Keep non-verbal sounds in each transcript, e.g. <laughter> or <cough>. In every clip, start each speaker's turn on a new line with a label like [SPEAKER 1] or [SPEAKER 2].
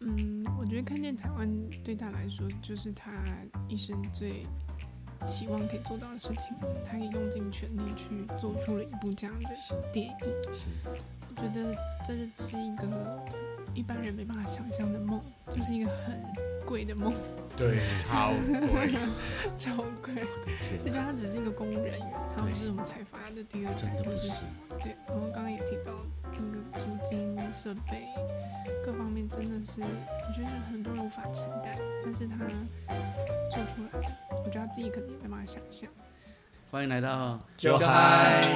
[SPEAKER 1] 嗯，我觉得看见台湾对他来说，就是他一生最期望可以做到的事情，他也用尽全力去做出了一部这样的电影。
[SPEAKER 2] 是
[SPEAKER 1] 我觉得这是一个一般人没办法想象的梦，这是一个很贵的梦，
[SPEAKER 2] 对，超贵，
[SPEAKER 1] <laughs>
[SPEAKER 2] <laughs>
[SPEAKER 1] 超贵。
[SPEAKER 2] 天
[SPEAKER 1] 再
[SPEAKER 2] 哪
[SPEAKER 1] 加上他只是一个公务人员，他不
[SPEAKER 2] 对
[SPEAKER 1] 是我们财阀的第二代
[SPEAKER 2] 真，的
[SPEAKER 1] 或
[SPEAKER 2] 不
[SPEAKER 1] 是
[SPEAKER 2] 是，
[SPEAKER 1] 对，然后刚刚也提到那个租金、设备各方面，真的是我觉得很多人无法承担，但是他做出来了，我觉得他自己肯定也没办法想象。
[SPEAKER 3] 欢迎来到
[SPEAKER 4] 就
[SPEAKER 3] 就
[SPEAKER 4] 嗨
[SPEAKER 3] 嗨，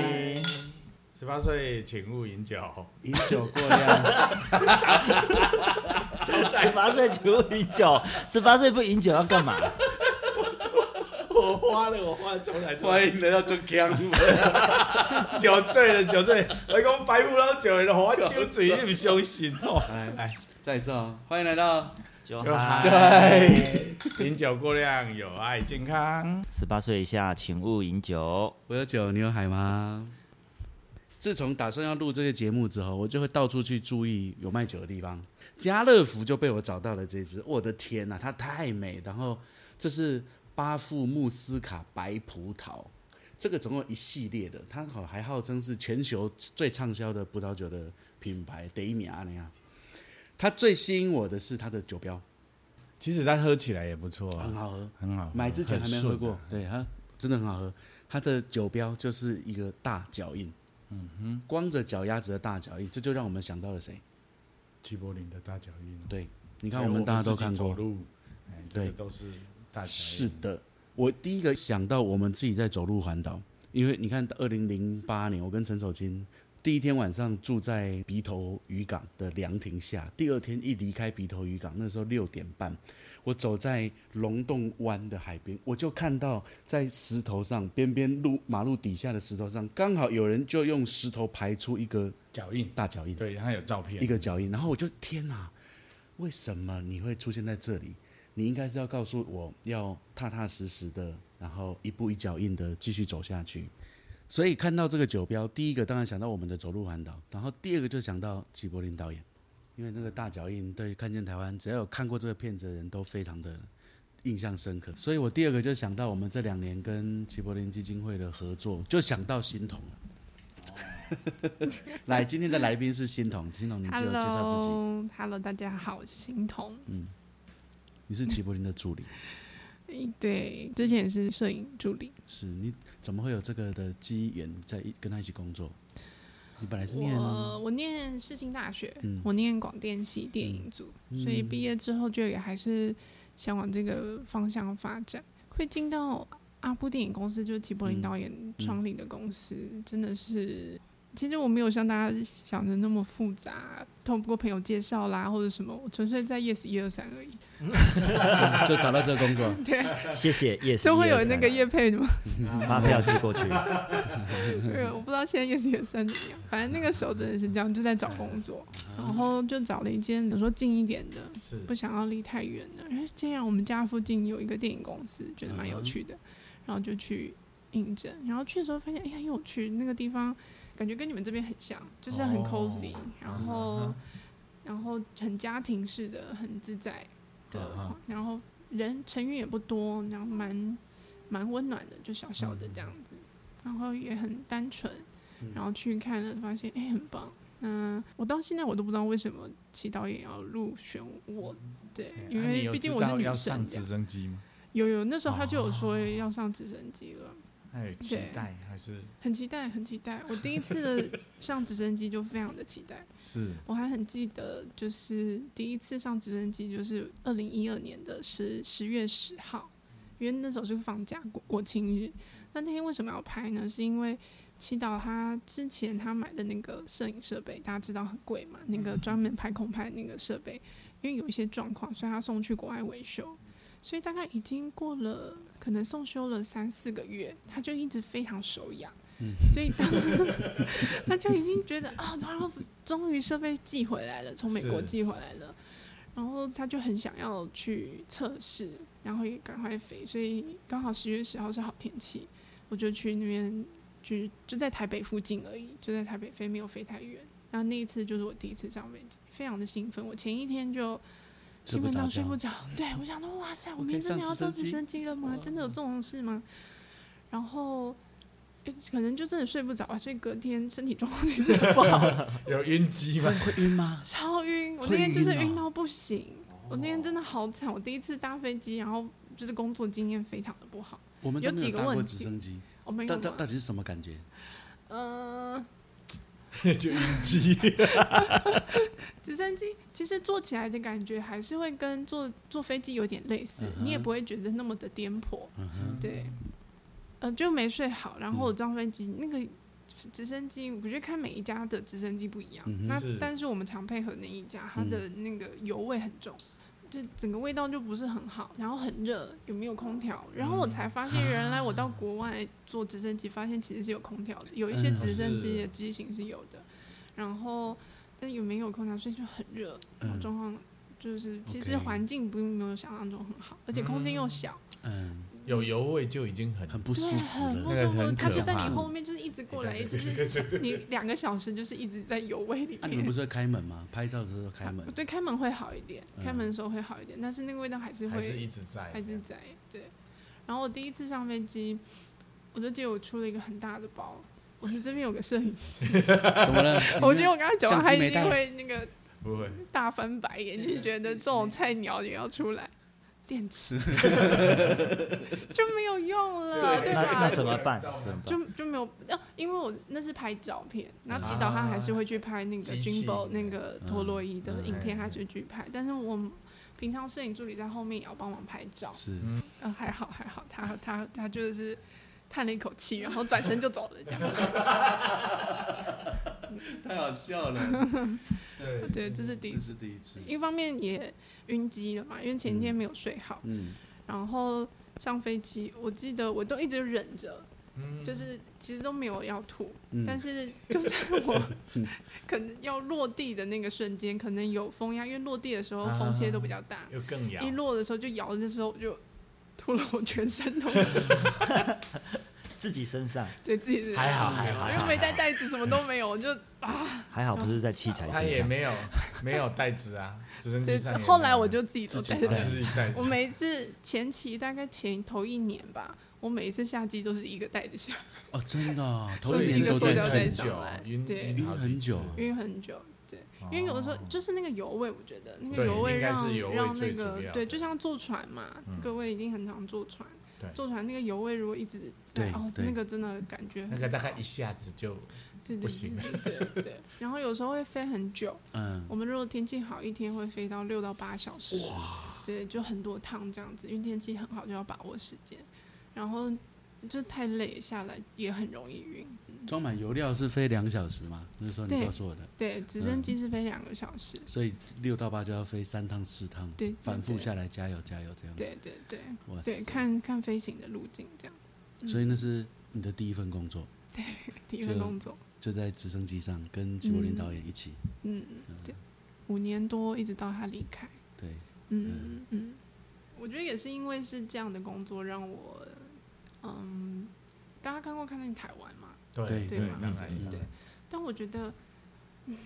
[SPEAKER 4] 十八岁请勿饮酒，
[SPEAKER 3] 饮酒
[SPEAKER 2] <laughs>
[SPEAKER 3] 过量，
[SPEAKER 2] 十八岁请勿饮酒，十八岁不饮酒要干嘛？
[SPEAKER 4] 我花了，我花了，重来，重
[SPEAKER 3] 欢
[SPEAKER 4] 来，
[SPEAKER 3] 迎来到中江。
[SPEAKER 4] 酒醉了，酒醉了， <laughs> 我讲白目佬酒了，我酒醉，你不相信哦？
[SPEAKER 2] 哎
[SPEAKER 3] 来，
[SPEAKER 4] 来，
[SPEAKER 3] 再一次哦，欢迎来到
[SPEAKER 2] 就
[SPEAKER 4] 就
[SPEAKER 2] 嗨，
[SPEAKER 4] 饮酒过量有害健康。
[SPEAKER 2] 十八岁以下请勿饮酒。
[SPEAKER 3] 我有酒，你有海吗？自从打算要录这个节目之后，我就会到处去注意有卖酒的地方。家乐福就被我找到了这支，我的天呐、它太美！然后这是巴富穆斯卡白葡萄，这个总共有一系列的，它好还号称是全球最畅销的葡萄酒的品牌第一名啊那样。它最吸引我的是它的酒标，
[SPEAKER 4] 其实它喝起来也不错啊，
[SPEAKER 3] 很好喝。
[SPEAKER 4] 很好喝，
[SPEAKER 3] 买之前还没喝过
[SPEAKER 4] 很顺啊，
[SPEAKER 3] 对它真的很好喝。它的酒标就是一个大脚印，嗯哼，光着脚丫子的大脚印，这就让我们想到了谁？
[SPEAKER 4] 齐柏林的大脚印，
[SPEAKER 3] 对，你看我们大家都看
[SPEAKER 4] 自己走
[SPEAKER 3] 过，
[SPEAKER 4] 路，哎这
[SPEAKER 3] 对
[SPEAKER 4] 个都是大脚印
[SPEAKER 3] 是的。我第一个想到我们自己在走路环岛，因为你看，二零零八年我跟陈守金第一天晚上住在鼻头渔港的凉亭下，第二天一离开鼻头渔港，那时候六点半，我走在龙洞湾的海边，我就看到在石头上边边路马路底下的石头上，刚好有人就用石头排出一个
[SPEAKER 4] 脚印，
[SPEAKER 3] 大脚印，
[SPEAKER 4] 对，它有照片，
[SPEAKER 3] 一个脚印，然后我就天哪，为什么你会出现在这里？你应该是要告诉我要踏踏实实的，然后一步一脚印的继续走下去。所以看到这个酒标，第一个当然想到我们的走路环岛，然后第二个就想到纪柏林导演，因为那个大脚印对看见台湾，只要有看过这个片子的人都非常的印象深刻。所以我第二个就想到我们这两年跟纪柏林基金会的合作，就想到心童了。 <laughs> 来，今天的来宾是心童，心童，你就介绍自己。嗯
[SPEAKER 1] Hello，Hello，大家好，我是欣桐。
[SPEAKER 3] 你是齐柏林的助理，
[SPEAKER 1] 诶对，之前也是摄影助理，
[SPEAKER 3] 是你怎么会有这个的机缘在一跟他一起工作？你本来是念
[SPEAKER 1] 我我念世新大学，
[SPEAKER 3] 嗯
[SPEAKER 1] 我念广电系电影组，所以毕业之后就也还是想往这个方向发展。会进到阿布电影公司，就是齐柏林
[SPEAKER 3] 嗯
[SPEAKER 1] 导演创立的公司，真的是。其实我没有像大家想的那么复杂，通过朋友介绍啦或者什么，我纯粹在 yes 一二三
[SPEAKER 3] <laughs>
[SPEAKER 1] 而已，
[SPEAKER 3] 就找到这个工
[SPEAKER 1] <laughs>
[SPEAKER 3] 作，
[SPEAKER 2] 谢谢，也是
[SPEAKER 1] 就会有那个叶配的嘛。
[SPEAKER 2] 嗯发票寄过去。 <laughs>
[SPEAKER 1] 对，我不知道现在 yes 一二三怎么样，反正那个时候真的是这样，就在找工作，
[SPEAKER 3] 啊
[SPEAKER 1] 然后就找了一间有时候近一点的，
[SPEAKER 4] 是
[SPEAKER 1] 不想要离太远的。然后这样，我们家附近有一个电影公司，觉得蛮
[SPEAKER 4] 嗯
[SPEAKER 1] 有趣的，然后就去应征。然后去的时候发现，哎呀，很有趣，那个地方感觉跟你们这边很像，就是很
[SPEAKER 4] 哦
[SPEAKER 1] cozy，、然后、然后很家庭式的，很自在的，
[SPEAKER 4] 嗯嗯
[SPEAKER 1] 然后人成员也不多，然后蛮蛮温暖的，就小小
[SPEAKER 4] 嗯
[SPEAKER 1] 的这样子，然后也很单纯，然后去看了，发现哎、很棒。那我到现在我都不知道为什么齐导演要入选我，对，因
[SPEAKER 4] 啊你
[SPEAKER 1] 为
[SPEAKER 4] 有
[SPEAKER 1] 毕竟
[SPEAKER 4] 知
[SPEAKER 1] 我是
[SPEAKER 4] 道
[SPEAKER 1] 女
[SPEAKER 4] 要
[SPEAKER 1] 生
[SPEAKER 4] 上
[SPEAKER 1] 这样
[SPEAKER 4] 直。哦升机吗？
[SPEAKER 1] 有有，那时候他就有说要上直升机了，
[SPEAKER 4] 还有期待还是
[SPEAKER 1] 很期待，很期待。我第一次
[SPEAKER 4] <laughs>
[SPEAKER 1] 的上直升机就非常的期待，
[SPEAKER 4] 是 <laughs>
[SPEAKER 1] 我还很记得，就是第一次上直升机就是二零一二年的十十月十号，因为那时候是放假国国庆日。那那天为什么要拍呢？是因为祈祷他之前他买的那个摄影设备，大家知道很贵嘛，那个专门拍空拍那个设备，因为有一些状况，所以他送去国外维修。所以大概已经过了，可能送修了三四个月，他就一直非常手痒，所以当 <laughs> 他就已经觉得啊，然后终于设备寄回来了，从美国
[SPEAKER 4] 是
[SPEAKER 1] 寄回来了，然后他就很想要去测试，然后也赶快飞，所以刚好十月十号是好天气，我就去那边，就就在台北附近而已，就在台北飞，没有飞太远。然后那一次就是我第一次上飞机，非常的兴奋。我前一天就
[SPEAKER 3] 睡
[SPEAKER 1] 兴
[SPEAKER 3] 不
[SPEAKER 1] 奋
[SPEAKER 3] 着
[SPEAKER 1] 到睡
[SPEAKER 3] 觉
[SPEAKER 1] 不。着。 <laughs> 对，我想说，哇塞，我
[SPEAKER 3] 可
[SPEAKER 1] 明
[SPEAKER 3] 以
[SPEAKER 1] 天真的要
[SPEAKER 3] 上直升
[SPEAKER 1] 上直
[SPEAKER 3] 机
[SPEAKER 1] 升机了吗？真的有这种事吗？然后。诶可能就真的睡不着吧，所以隔天身体状况真的不好，
[SPEAKER 4] 有晕机吗？
[SPEAKER 3] 会晕吗？
[SPEAKER 1] <laughs> 超晕。我
[SPEAKER 3] 会
[SPEAKER 1] 那天就是
[SPEAKER 3] 晕啊
[SPEAKER 1] 晕到不行，我那天真的好惨。我第一次搭飞机，然后就是工作经验非常的不好。Oh
[SPEAKER 3] 我们都
[SPEAKER 1] 有
[SPEAKER 3] 没
[SPEAKER 1] 几个
[SPEAKER 3] 搭过
[SPEAKER 1] 问
[SPEAKER 3] 直
[SPEAKER 1] 题
[SPEAKER 3] 升机，
[SPEAKER 1] 我没有
[SPEAKER 3] 到到
[SPEAKER 1] 嘛
[SPEAKER 3] 到，底是什么感觉？
[SPEAKER 1] 嗯、
[SPEAKER 4] <laughs> 就晕机。
[SPEAKER 1] 直升机其实坐起来的感觉还是会跟坐坐飞机有点类似，
[SPEAKER 3] 嗯
[SPEAKER 1] 你也不会觉得那么的颠簸。 <laughs> 对，呃，就没睡好，然
[SPEAKER 3] 嗯
[SPEAKER 1] 后我坐飞机、那个直升机，我觉得看每一家的直升机不一样。
[SPEAKER 3] 嗯哼嗯
[SPEAKER 1] 那
[SPEAKER 4] 是
[SPEAKER 1] 但是我们常配合那一家，它的那个油味很重。就整个味道就不是很好，然后很热，有没有空调？然后我
[SPEAKER 3] 嗯
[SPEAKER 1] 才发现，原来我到国外坐直升机，发现其实是有空调的，有一些
[SPEAKER 3] 嗯
[SPEAKER 1] 直升
[SPEAKER 4] 是
[SPEAKER 1] 机的机型是有的。然后但有没有空调，所以就很热，然后
[SPEAKER 3] 嗯
[SPEAKER 1] 状况就是其
[SPEAKER 3] OK
[SPEAKER 1] 实环境并没有想象中很好，而且空间又小，
[SPEAKER 3] 嗯，
[SPEAKER 4] 有油味就已经很
[SPEAKER 3] 很不
[SPEAKER 1] 对，
[SPEAKER 3] 舒服
[SPEAKER 1] 很
[SPEAKER 3] 了。
[SPEAKER 1] 不
[SPEAKER 4] 那个
[SPEAKER 1] 舒服。
[SPEAKER 4] 很
[SPEAKER 1] 他
[SPEAKER 4] 可
[SPEAKER 1] 就在
[SPEAKER 4] 怕
[SPEAKER 1] 你后面，就是一直过来，一直是你两个小时就是一直在油味里
[SPEAKER 3] 那啊你们
[SPEAKER 1] 面
[SPEAKER 3] 不。是会开门吗？拍照的时候开门嗯
[SPEAKER 1] 我。 <laughs> 对开门会好一点，开门的时候会好一点，但是那个味道还是会
[SPEAKER 4] 还是一直在，
[SPEAKER 1] 还是在对。然后我第一次上飞机，我就记得我出了一个很大的包。我们这边有个摄影师，
[SPEAKER 3] 怎么了？
[SPEAKER 1] <laughs> 我觉得我刚才讲话，
[SPEAKER 3] 啊相
[SPEAKER 1] 他
[SPEAKER 3] 机没
[SPEAKER 1] 一定
[SPEAKER 3] 带
[SPEAKER 1] 会那个
[SPEAKER 4] 不会。
[SPEAKER 1] 大翻白眼，就是觉得这种菜鸟也要出来，电
[SPEAKER 2] <laughs>
[SPEAKER 1] 池就没有用了，
[SPEAKER 4] 对
[SPEAKER 1] 对
[SPEAKER 2] 那那
[SPEAKER 1] 吧？
[SPEAKER 2] 怎么办？怎么办？
[SPEAKER 1] 就就没有，啊、因为我那是拍照片，那
[SPEAKER 4] 嗯
[SPEAKER 1] 祈祷他还是会去拍那个
[SPEAKER 4] 机器
[SPEAKER 1] Jimbo 那个
[SPEAKER 2] 嗯
[SPEAKER 1] 陀螺仪的影片，
[SPEAKER 4] 嗯
[SPEAKER 1] 还是会去
[SPEAKER 2] 哎
[SPEAKER 1] 拍。但是我平常摄影助理在后面也要帮忙拍照，
[SPEAKER 3] 是
[SPEAKER 1] 嗯、还好还好，他他他就是叹了一口气，然后转身就走了，这样。
[SPEAKER 2] <laughs>
[SPEAKER 3] 太好笑了，
[SPEAKER 4] 对，
[SPEAKER 1] 对，这是第一
[SPEAKER 3] 这
[SPEAKER 1] 次。
[SPEAKER 3] 是第一次。
[SPEAKER 1] 一方面也晕机了嘛，因为前一天没有睡好，
[SPEAKER 3] 嗯，
[SPEAKER 1] 然后上飞机，我记得我都一直忍着，
[SPEAKER 4] 嗯
[SPEAKER 1] 就是其实都没有要吐，
[SPEAKER 3] 嗯
[SPEAKER 1] 但是就在我
[SPEAKER 4] 嗯
[SPEAKER 1] <laughs> 可能要落地的那个瞬间，可能有风压，因为落地的时候风切都比较大，
[SPEAKER 4] 又更痒
[SPEAKER 1] 一。落的时候就摇的时候我就吐了我全身都
[SPEAKER 4] <laughs>
[SPEAKER 1] 是，
[SPEAKER 2] 自己身上
[SPEAKER 1] 对自己是
[SPEAKER 4] 还好还好
[SPEAKER 1] 因为没带袋子，什么都没
[SPEAKER 4] <laughs>
[SPEAKER 1] 有，我就
[SPEAKER 2] 还好，不是在器材
[SPEAKER 4] 他也
[SPEAKER 2] 身上。
[SPEAKER 4] 没有没有带子啊， <laughs> 直升
[SPEAKER 1] 对
[SPEAKER 4] 机上也没有。
[SPEAKER 1] 后来我就自己都带着
[SPEAKER 4] 自己带子
[SPEAKER 1] 我，每一次前期大概前头一年吧，我每一次下机都是一个袋子下，
[SPEAKER 3] 哦，真的哦，头
[SPEAKER 1] 所以
[SPEAKER 3] 一
[SPEAKER 1] 是
[SPEAKER 3] 年
[SPEAKER 1] 一个
[SPEAKER 3] 都
[SPEAKER 1] 塑
[SPEAKER 3] 在
[SPEAKER 1] 料袋
[SPEAKER 3] 等
[SPEAKER 4] 很
[SPEAKER 1] 上
[SPEAKER 4] 久
[SPEAKER 1] 来，
[SPEAKER 4] 哦晕
[SPEAKER 1] 对
[SPEAKER 4] 晕好
[SPEAKER 3] 晕
[SPEAKER 4] 几
[SPEAKER 3] 很久
[SPEAKER 4] 次
[SPEAKER 1] 晕很久。对，因为有的时候就是那个油味，我觉得那个
[SPEAKER 4] 对
[SPEAKER 1] 油味
[SPEAKER 4] 应该
[SPEAKER 1] 让
[SPEAKER 4] 是油味
[SPEAKER 1] 让
[SPEAKER 4] 最
[SPEAKER 1] 那
[SPEAKER 4] 主要
[SPEAKER 1] 个
[SPEAKER 4] 的嗯
[SPEAKER 1] 对，就像坐船嘛，各位一定很常坐船
[SPEAKER 4] 对，
[SPEAKER 1] 坐船那个油味如果一直在，
[SPEAKER 3] 对
[SPEAKER 1] 哦，
[SPEAKER 3] 对
[SPEAKER 1] 那个真的感觉
[SPEAKER 4] 那个大概一下子就
[SPEAKER 1] 对
[SPEAKER 4] 不
[SPEAKER 1] 对
[SPEAKER 4] 行了
[SPEAKER 1] 对
[SPEAKER 4] <laughs>
[SPEAKER 1] 对对。然后有时候会飞很久，
[SPEAKER 3] 嗯，
[SPEAKER 1] 我们如果天气好，一天会飞到六到八小时，对，就很多趟这样子，因为天气很好就要把握时间，然后就太累下来也很容易晕。
[SPEAKER 3] 装满油料是飞两小时嘛？那时候你
[SPEAKER 1] 对
[SPEAKER 3] 告诉我的，
[SPEAKER 1] 对，直升
[SPEAKER 4] 嗯
[SPEAKER 1] 机是飞两个小时，
[SPEAKER 3] 所以六到八就要飞三趟四趟，
[SPEAKER 1] 对
[SPEAKER 3] 反复
[SPEAKER 1] 对
[SPEAKER 3] 下来加油加油这样。，
[SPEAKER 1] 对对对
[SPEAKER 3] 哇
[SPEAKER 1] 对，
[SPEAKER 3] 塞
[SPEAKER 1] 看嗯看飞行的路径这样。
[SPEAKER 3] 所以那是你的第一份工作，
[SPEAKER 1] 第一份
[SPEAKER 3] 就
[SPEAKER 1] 工作，
[SPEAKER 3] 就在直升机上跟纪柏林导演一起。
[SPEAKER 1] 嗯，对，五年多一直到他离开，
[SPEAKER 3] 对，
[SPEAKER 1] 嗯嗯，我觉得也是因为是这样的工作让我，嗯，大家看过《看见台湾》嘛，
[SPEAKER 3] 对
[SPEAKER 1] 对嘛
[SPEAKER 4] 当然
[SPEAKER 1] 对，但我觉得，嗯，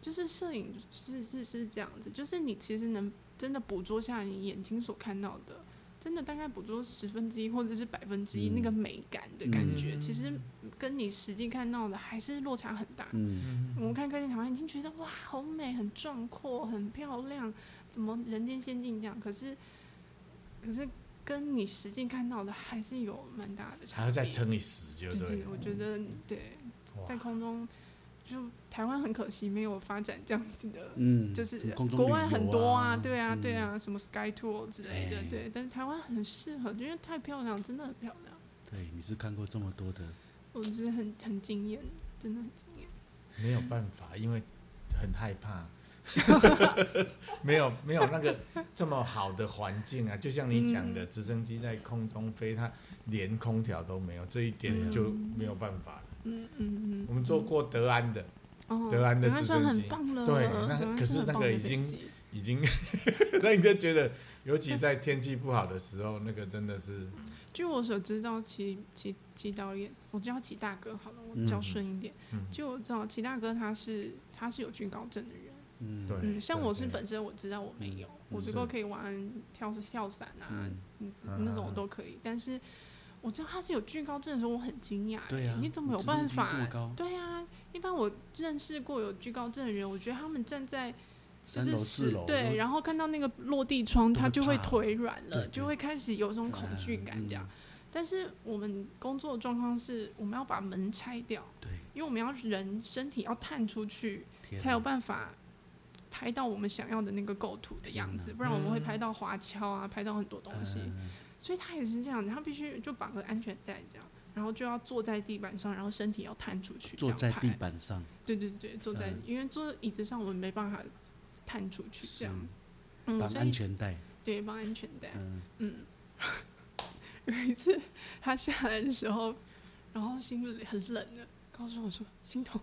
[SPEAKER 1] 就是摄影是是是这样子，就是你其实能真的捕捉下你眼睛所看到的，真的大概捕捉十分之一或者是百分之一
[SPEAKER 3] 嗯
[SPEAKER 1] 那个美感的感觉，
[SPEAKER 4] 嗯
[SPEAKER 1] 其实跟你实际看到的还是落差很大。
[SPEAKER 3] 嗯，
[SPEAKER 4] 嗯
[SPEAKER 1] 我们看《看见台湾》已经觉得哇，好美，很壮阔，很漂亮，怎么人间仙境这样？可是，可是跟你实际看到的还是有蛮大的差别。
[SPEAKER 4] 还要再乘以十就
[SPEAKER 1] 就
[SPEAKER 4] 对
[SPEAKER 1] 是
[SPEAKER 4] 了。
[SPEAKER 1] 我觉得对，
[SPEAKER 4] 哇
[SPEAKER 1] 在空中就台湾很可惜没有发展这样子的，
[SPEAKER 3] 嗯，
[SPEAKER 1] 就是
[SPEAKER 3] 空中
[SPEAKER 1] 国
[SPEAKER 3] 旅
[SPEAKER 1] 外很
[SPEAKER 3] 游
[SPEAKER 1] 多
[SPEAKER 3] 啊，
[SPEAKER 1] 对啊
[SPEAKER 3] 嗯
[SPEAKER 1] 对，啊，什么 Sky Tour 之类的
[SPEAKER 3] 哎，
[SPEAKER 1] 对，但是台湾很适合，因为太漂亮，真的很漂亮，
[SPEAKER 3] 对，你是看过这么多的，
[SPEAKER 1] 我是很很惊艳，真的很惊艳。
[SPEAKER 4] 没有办法，因为很害怕， <laughs> 没有没有那个这么好的环境啊，就像你讲
[SPEAKER 1] 嗯
[SPEAKER 4] 的，直升机在空中飞，它连空调都没有，这一点就没有办法了。
[SPEAKER 1] 嗯嗯
[SPEAKER 4] 我们做过德安的，
[SPEAKER 1] 嗯，哦，
[SPEAKER 4] 德安的
[SPEAKER 1] 德安
[SPEAKER 4] 直
[SPEAKER 1] 算
[SPEAKER 4] 升
[SPEAKER 1] 很
[SPEAKER 4] 机
[SPEAKER 1] 棒了，
[SPEAKER 4] 对那
[SPEAKER 1] 德安
[SPEAKER 4] 可是
[SPEAKER 1] 算很
[SPEAKER 4] 那
[SPEAKER 1] 棒
[SPEAKER 4] 个
[SPEAKER 1] 的
[SPEAKER 4] 已
[SPEAKER 1] 飞
[SPEAKER 4] 经
[SPEAKER 1] 机 <laughs>
[SPEAKER 4] 已经让人家觉得，尤其在天气不好的时候，那个真的是
[SPEAKER 1] 据我所知道，齐齐齐导演，我叫齐
[SPEAKER 3] 嗯
[SPEAKER 1] 大哥好了，我比较顺一点。
[SPEAKER 4] 嗯
[SPEAKER 1] 据我知道，齐大哥他是他是有惧高症的人，
[SPEAKER 3] 嗯，
[SPEAKER 4] 对
[SPEAKER 1] 嗯，像
[SPEAKER 4] 对
[SPEAKER 1] 我是
[SPEAKER 4] 对
[SPEAKER 1] 本身我知道我没有，我
[SPEAKER 4] 是
[SPEAKER 1] 只够可以玩跳跳伞啊，
[SPEAKER 3] 嗯
[SPEAKER 1] 你知
[SPEAKER 4] 啊
[SPEAKER 1] 那种我都可以。但是我知道他是有惧高症的时候，我很惊讶。欸
[SPEAKER 3] 对啊
[SPEAKER 1] 你怎么有
[SPEAKER 3] 直
[SPEAKER 1] 办
[SPEAKER 3] 升机
[SPEAKER 1] 法
[SPEAKER 3] 这么高？
[SPEAKER 1] 对啊，一般我认识过有惧高症的人，我觉得他们站在就
[SPEAKER 3] 三
[SPEAKER 1] 是
[SPEAKER 3] 楼四
[SPEAKER 1] 是
[SPEAKER 3] 楼
[SPEAKER 1] 对，然后看到那个落地窗，
[SPEAKER 3] 都会
[SPEAKER 1] 他就会
[SPEAKER 3] 怕
[SPEAKER 1] 腿软
[SPEAKER 3] 对嗯
[SPEAKER 1] 了，
[SPEAKER 3] 对
[SPEAKER 1] 就会开始有种恐惧感这样。但是我们工作的状况是，我们要把门拆掉，
[SPEAKER 3] 对，
[SPEAKER 1] 因为我们要人身体要探出去，
[SPEAKER 3] 天
[SPEAKER 1] 才有
[SPEAKER 3] 哪
[SPEAKER 1] 办法拍到我们想要的那个构图的样子，
[SPEAKER 3] 天
[SPEAKER 1] 不然我们会拍到花橇啊，拍到很多东西。
[SPEAKER 3] 嗯
[SPEAKER 1] 所以他也是这样，他必须就绑个安全带这样，然后就要坐在地板上，然后身体要探出去这
[SPEAKER 3] 坐
[SPEAKER 1] 样
[SPEAKER 3] 在
[SPEAKER 1] 拍。
[SPEAKER 3] 地板上，
[SPEAKER 1] 对对对，坐在、
[SPEAKER 3] 嗯
[SPEAKER 1] 因为坐椅子上我们没办法探出去
[SPEAKER 3] 是
[SPEAKER 1] 这样。嗯，
[SPEAKER 3] 绑
[SPEAKER 1] 所
[SPEAKER 3] 安
[SPEAKER 1] 以
[SPEAKER 3] 全带，
[SPEAKER 1] 对绑安全带。
[SPEAKER 3] 嗯，
[SPEAKER 1] 嗯，有一次他下来的时候，然后心里很冷的，告诉我说：“心痛，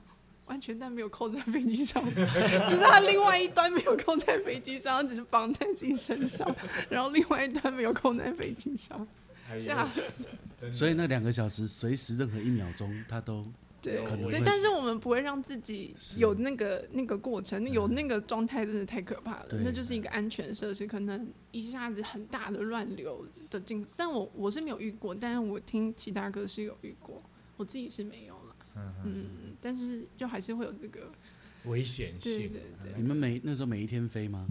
[SPEAKER 1] 安全带没有扣在飞机上， <laughs> 就是他另外一端没有扣在飞机上，只是绑在自己身上，然后另外一端没有扣在飞机上，
[SPEAKER 4] 哎呦
[SPEAKER 1] 吓死。
[SPEAKER 4] 真的
[SPEAKER 3] 所以那两个小时，随时任何一秒钟，他都”
[SPEAKER 1] 对
[SPEAKER 3] 可能
[SPEAKER 1] 对
[SPEAKER 3] 会，
[SPEAKER 1] 但是我们不会让自己有那个那个过程，有那个状态真的太可怕了。
[SPEAKER 3] 对
[SPEAKER 1] 那就是一个安全设施，可能一下子很大的乱流的进，但我我是没有遇过，但是我听其他歌是有遇过，我自己是没有了。
[SPEAKER 4] 嗯嗯
[SPEAKER 1] 嗯，但是就还是会有这个
[SPEAKER 4] 危险
[SPEAKER 1] 对
[SPEAKER 4] 性，啊
[SPEAKER 1] 对对
[SPEAKER 3] 你们每那时候每一天飞吗？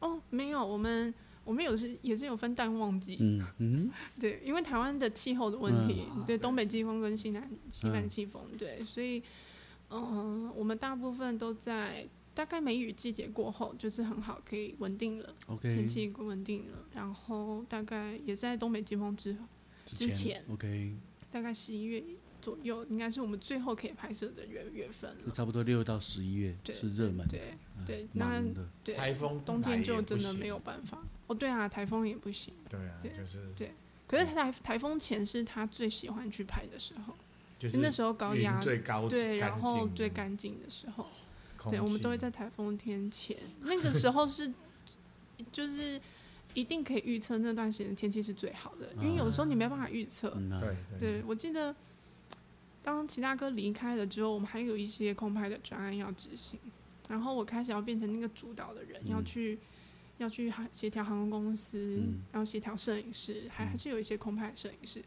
[SPEAKER 1] 哦，没有，我们我们有是也是有分淡旺季，
[SPEAKER 3] 嗯嗯，
[SPEAKER 1] 对，因为台湾的气候的问题，对东北季风跟西南西
[SPEAKER 3] 嗯
[SPEAKER 1] 南季风，对，所以，嗯、我们大部分都在大概梅雨季节过后，就是很好，可以稳定了，
[SPEAKER 3] OK，
[SPEAKER 1] 天气稳定了，然后大概也是在东北季风之后，之前
[SPEAKER 3] OK，
[SPEAKER 1] 大概十一月左右，应该是我们最后可以拍摄的月月份
[SPEAKER 3] 就
[SPEAKER 1] 了，
[SPEAKER 3] 差不多六到十一月
[SPEAKER 1] 对
[SPEAKER 3] 是热门的，呃
[SPEAKER 1] 对对，那
[SPEAKER 3] 忙的，
[SPEAKER 1] 对
[SPEAKER 4] 台风
[SPEAKER 1] 冬
[SPEAKER 4] 来
[SPEAKER 1] 天
[SPEAKER 4] 也
[SPEAKER 1] 就
[SPEAKER 4] 不
[SPEAKER 1] 真的
[SPEAKER 4] 行
[SPEAKER 1] 没有办法。哦，对啊，台风也不行。
[SPEAKER 4] 对啊，
[SPEAKER 1] 对
[SPEAKER 4] 就是
[SPEAKER 1] 对可是台台风前是他最喜欢去拍的时候，
[SPEAKER 4] 就是
[SPEAKER 1] 就那时候高压
[SPEAKER 4] 云最高
[SPEAKER 1] 对，然后
[SPEAKER 4] 净
[SPEAKER 1] 最干净的时候，
[SPEAKER 4] 空
[SPEAKER 1] 对，我们
[SPEAKER 4] 气
[SPEAKER 1] 都会在台风天前，那个时候是 <laughs> 就是一定可以预测那段时间天气是最好的，因为有时候你没办法预测。
[SPEAKER 3] 嗯啊，
[SPEAKER 4] 对
[SPEAKER 1] 对我记得，当齐大哥离开了之后，我们还有一些空拍的专案要执行，然后我开始要变成那个主导的人，要
[SPEAKER 3] 嗯
[SPEAKER 1] 去。要去航协调航空公司，
[SPEAKER 3] 嗯
[SPEAKER 1] 然后协调摄影师，还还是有一些空拍摄影师。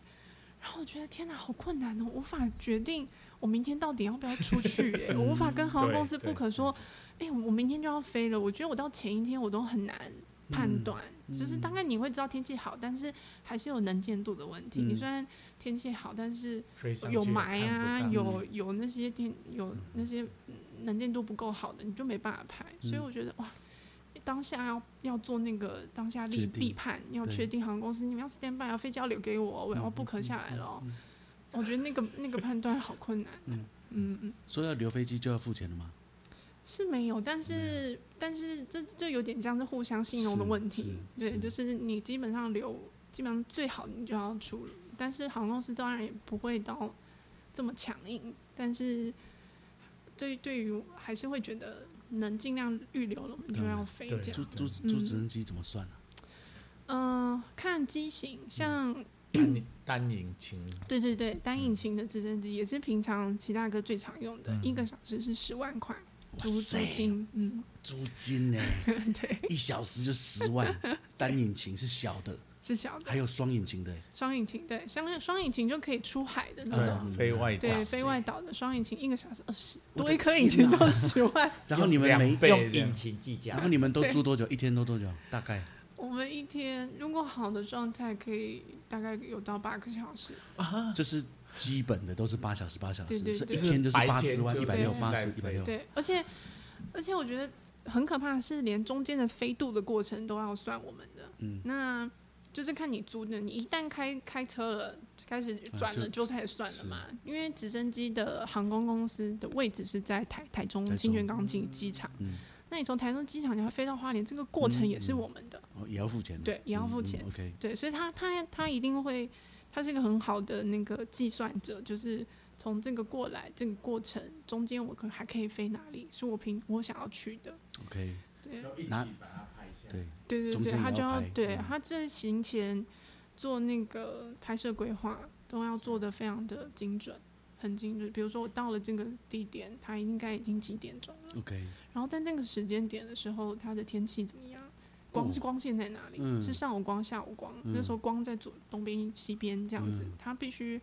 [SPEAKER 1] 然后我觉得天哪，好困难哦，无法决定我明天到底要不要出去耶，我无法跟航空公司
[SPEAKER 4] 对对
[SPEAKER 1] 不可说，哎、我明天就要飞了。我觉得我到前一天我都很难
[SPEAKER 3] 嗯
[SPEAKER 1] 判断，就是大概你会知道天气好，但是还是有能见度的问题。
[SPEAKER 3] 嗯
[SPEAKER 1] 你虽然天气好，但是
[SPEAKER 4] 飞上
[SPEAKER 1] 有
[SPEAKER 4] 去也
[SPEAKER 1] 霾啊，
[SPEAKER 4] 看不到
[SPEAKER 1] 有有那些天有那些嗯能见度不够好的，你就没办法拍。所以我觉得哇，当下要要做那个当下立
[SPEAKER 3] 决定
[SPEAKER 1] 立判，要
[SPEAKER 3] 对
[SPEAKER 1] 确定航空公司你们要 stand by 啊，飞机要留给我，我要不可下来了哦。我觉得那个那个判断好困难。
[SPEAKER 3] 嗯
[SPEAKER 1] 嗯嗯，
[SPEAKER 3] 说要留飞机就要付钱了吗？
[SPEAKER 1] 是没有，但是但是这这有点像是互相信用的
[SPEAKER 3] 是
[SPEAKER 1] 问题。
[SPEAKER 3] 是
[SPEAKER 1] 对，就是你基本上留，基本上最好你就要出，但是航空公司当然也不会到这么强硬，但是对对于还是会觉得能尽量预留了，我们就
[SPEAKER 3] 当然
[SPEAKER 1] 要飞
[SPEAKER 4] 对
[SPEAKER 1] 这
[SPEAKER 3] 租
[SPEAKER 1] 样。
[SPEAKER 3] 租
[SPEAKER 1] 嗯
[SPEAKER 3] 租直升机怎么算啊？
[SPEAKER 1] 嗯、看机型，像
[SPEAKER 3] 嗯
[SPEAKER 4] 单
[SPEAKER 1] <coughs>
[SPEAKER 4] 引单引擎，
[SPEAKER 1] 对对对，单引擎的直升机也是平常齐大哥最常用的，
[SPEAKER 4] 嗯
[SPEAKER 1] 一个小时是十万块
[SPEAKER 3] 哇
[SPEAKER 1] 租租
[SPEAKER 3] 塞，
[SPEAKER 1] 金，嗯， <laughs>
[SPEAKER 3] 租金呢，
[SPEAKER 1] 对，
[SPEAKER 3] 一小时就十万，
[SPEAKER 1] <laughs>
[SPEAKER 3] 单引擎是小的，
[SPEAKER 1] 是小的
[SPEAKER 3] 还。有双引擎的，
[SPEAKER 1] 双引擎，对，双双引擎就可以出海的那
[SPEAKER 4] 对
[SPEAKER 1] 种，
[SPEAKER 4] 啊，飞外岛
[SPEAKER 1] 对，飞外岛的双引擎一个小时二十，
[SPEAKER 3] 我的
[SPEAKER 1] 多一颗引擎
[SPEAKER 3] 天哪
[SPEAKER 1] 到十万。 <laughs>
[SPEAKER 3] 然后你们
[SPEAKER 4] 两
[SPEAKER 3] 每
[SPEAKER 4] 倍
[SPEAKER 2] 用
[SPEAKER 4] 这样
[SPEAKER 2] 引擎计价
[SPEAKER 3] 然后。你们都租多久？一天都多久？大概
[SPEAKER 1] 我们一天如果好的状态，可以大概有到八个小时，
[SPEAKER 3] 就是基本的都是八小时，八小时，
[SPEAKER 1] 对对
[SPEAKER 3] 所以
[SPEAKER 1] 对
[SPEAKER 3] 一天就是
[SPEAKER 4] 白
[SPEAKER 3] 八
[SPEAKER 4] 天
[SPEAKER 3] 十万，
[SPEAKER 4] 就
[SPEAKER 3] 一百六，
[SPEAKER 1] 是
[SPEAKER 3] 八
[SPEAKER 4] 在
[SPEAKER 3] 十，一百
[SPEAKER 4] 飞
[SPEAKER 3] 六，
[SPEAKER 1] 对，而且而且我觉得很可怕的是，连中间的飞度的过程都要算我们的，
[SPEAKER 3] 嗯
[SPEAKER 1] 那就是看你租的，你一旦开开车了。开始
[SPEAKER 3] 啊
[SPEAKER 1] 转了就开始算了嘛，因为直升机的航空公司的位置是在台台中
[SPEAKER 3] 台中
[SPEAKER 1] 清泉港机机场，
[SPEAKER 3] 嗯
[SPEAKER 1] 那你从台中机场你要飞到花莲，这个过程也是我们的，
[SPEAKER 3] 哦，也要付钱的，
[SPEAKER 1] 对也要付钱
[SPEAKER 3] 嗯嗯 OK，
[SPEAKER 1] 对，所以他他他一定会，他是一个很好的那个计算者，就是从这个过来这个过程中间，我可还可以飞哪里，是我平我想要去的。
[SPEAKER 3] OK，
[SPEAKER 1] 对
[SPEAKER 4] 要一起
[SPEAKER 3] 拿
[SPEAKER 4] 把它拍下来
[SPEAKER 3] 对，
[SPEAKER 1] 对对
[SPEAKER 3] 中
[SPEAKER 1] 对，
[SPEAKER 3] 间也
[SPEAKER 1] 他就
[SPEAKER 3] 要
[SPEAKER 1] 要
[SPEAKER 3] 排
[SPEAKER 1] 对
[SPEAKER 3] 嗯
[SPEAKER 1] 他这行前做那个拍摄规划都要做的非常的精准。很精准。比如说我到了这个地点，它应该已经几点钟了，
[SPEAKER 3] OK，
[SPEAKER 1] 然后在那个时间点的时候，它的天气怎么样？光
[SPEAKER 3] 哦
[SPEAKER 1] 是光线在哪里？
[SPEAKER 3] 嗯
[SPEAKER 1] 是上午光、下午光？
[SPEAKER 3] 嗯
[SPEAKER 1] 那时候光在左东边、西边这样子，
[SPEAKER 3] 嗯
[SPEAKER 1] 它必须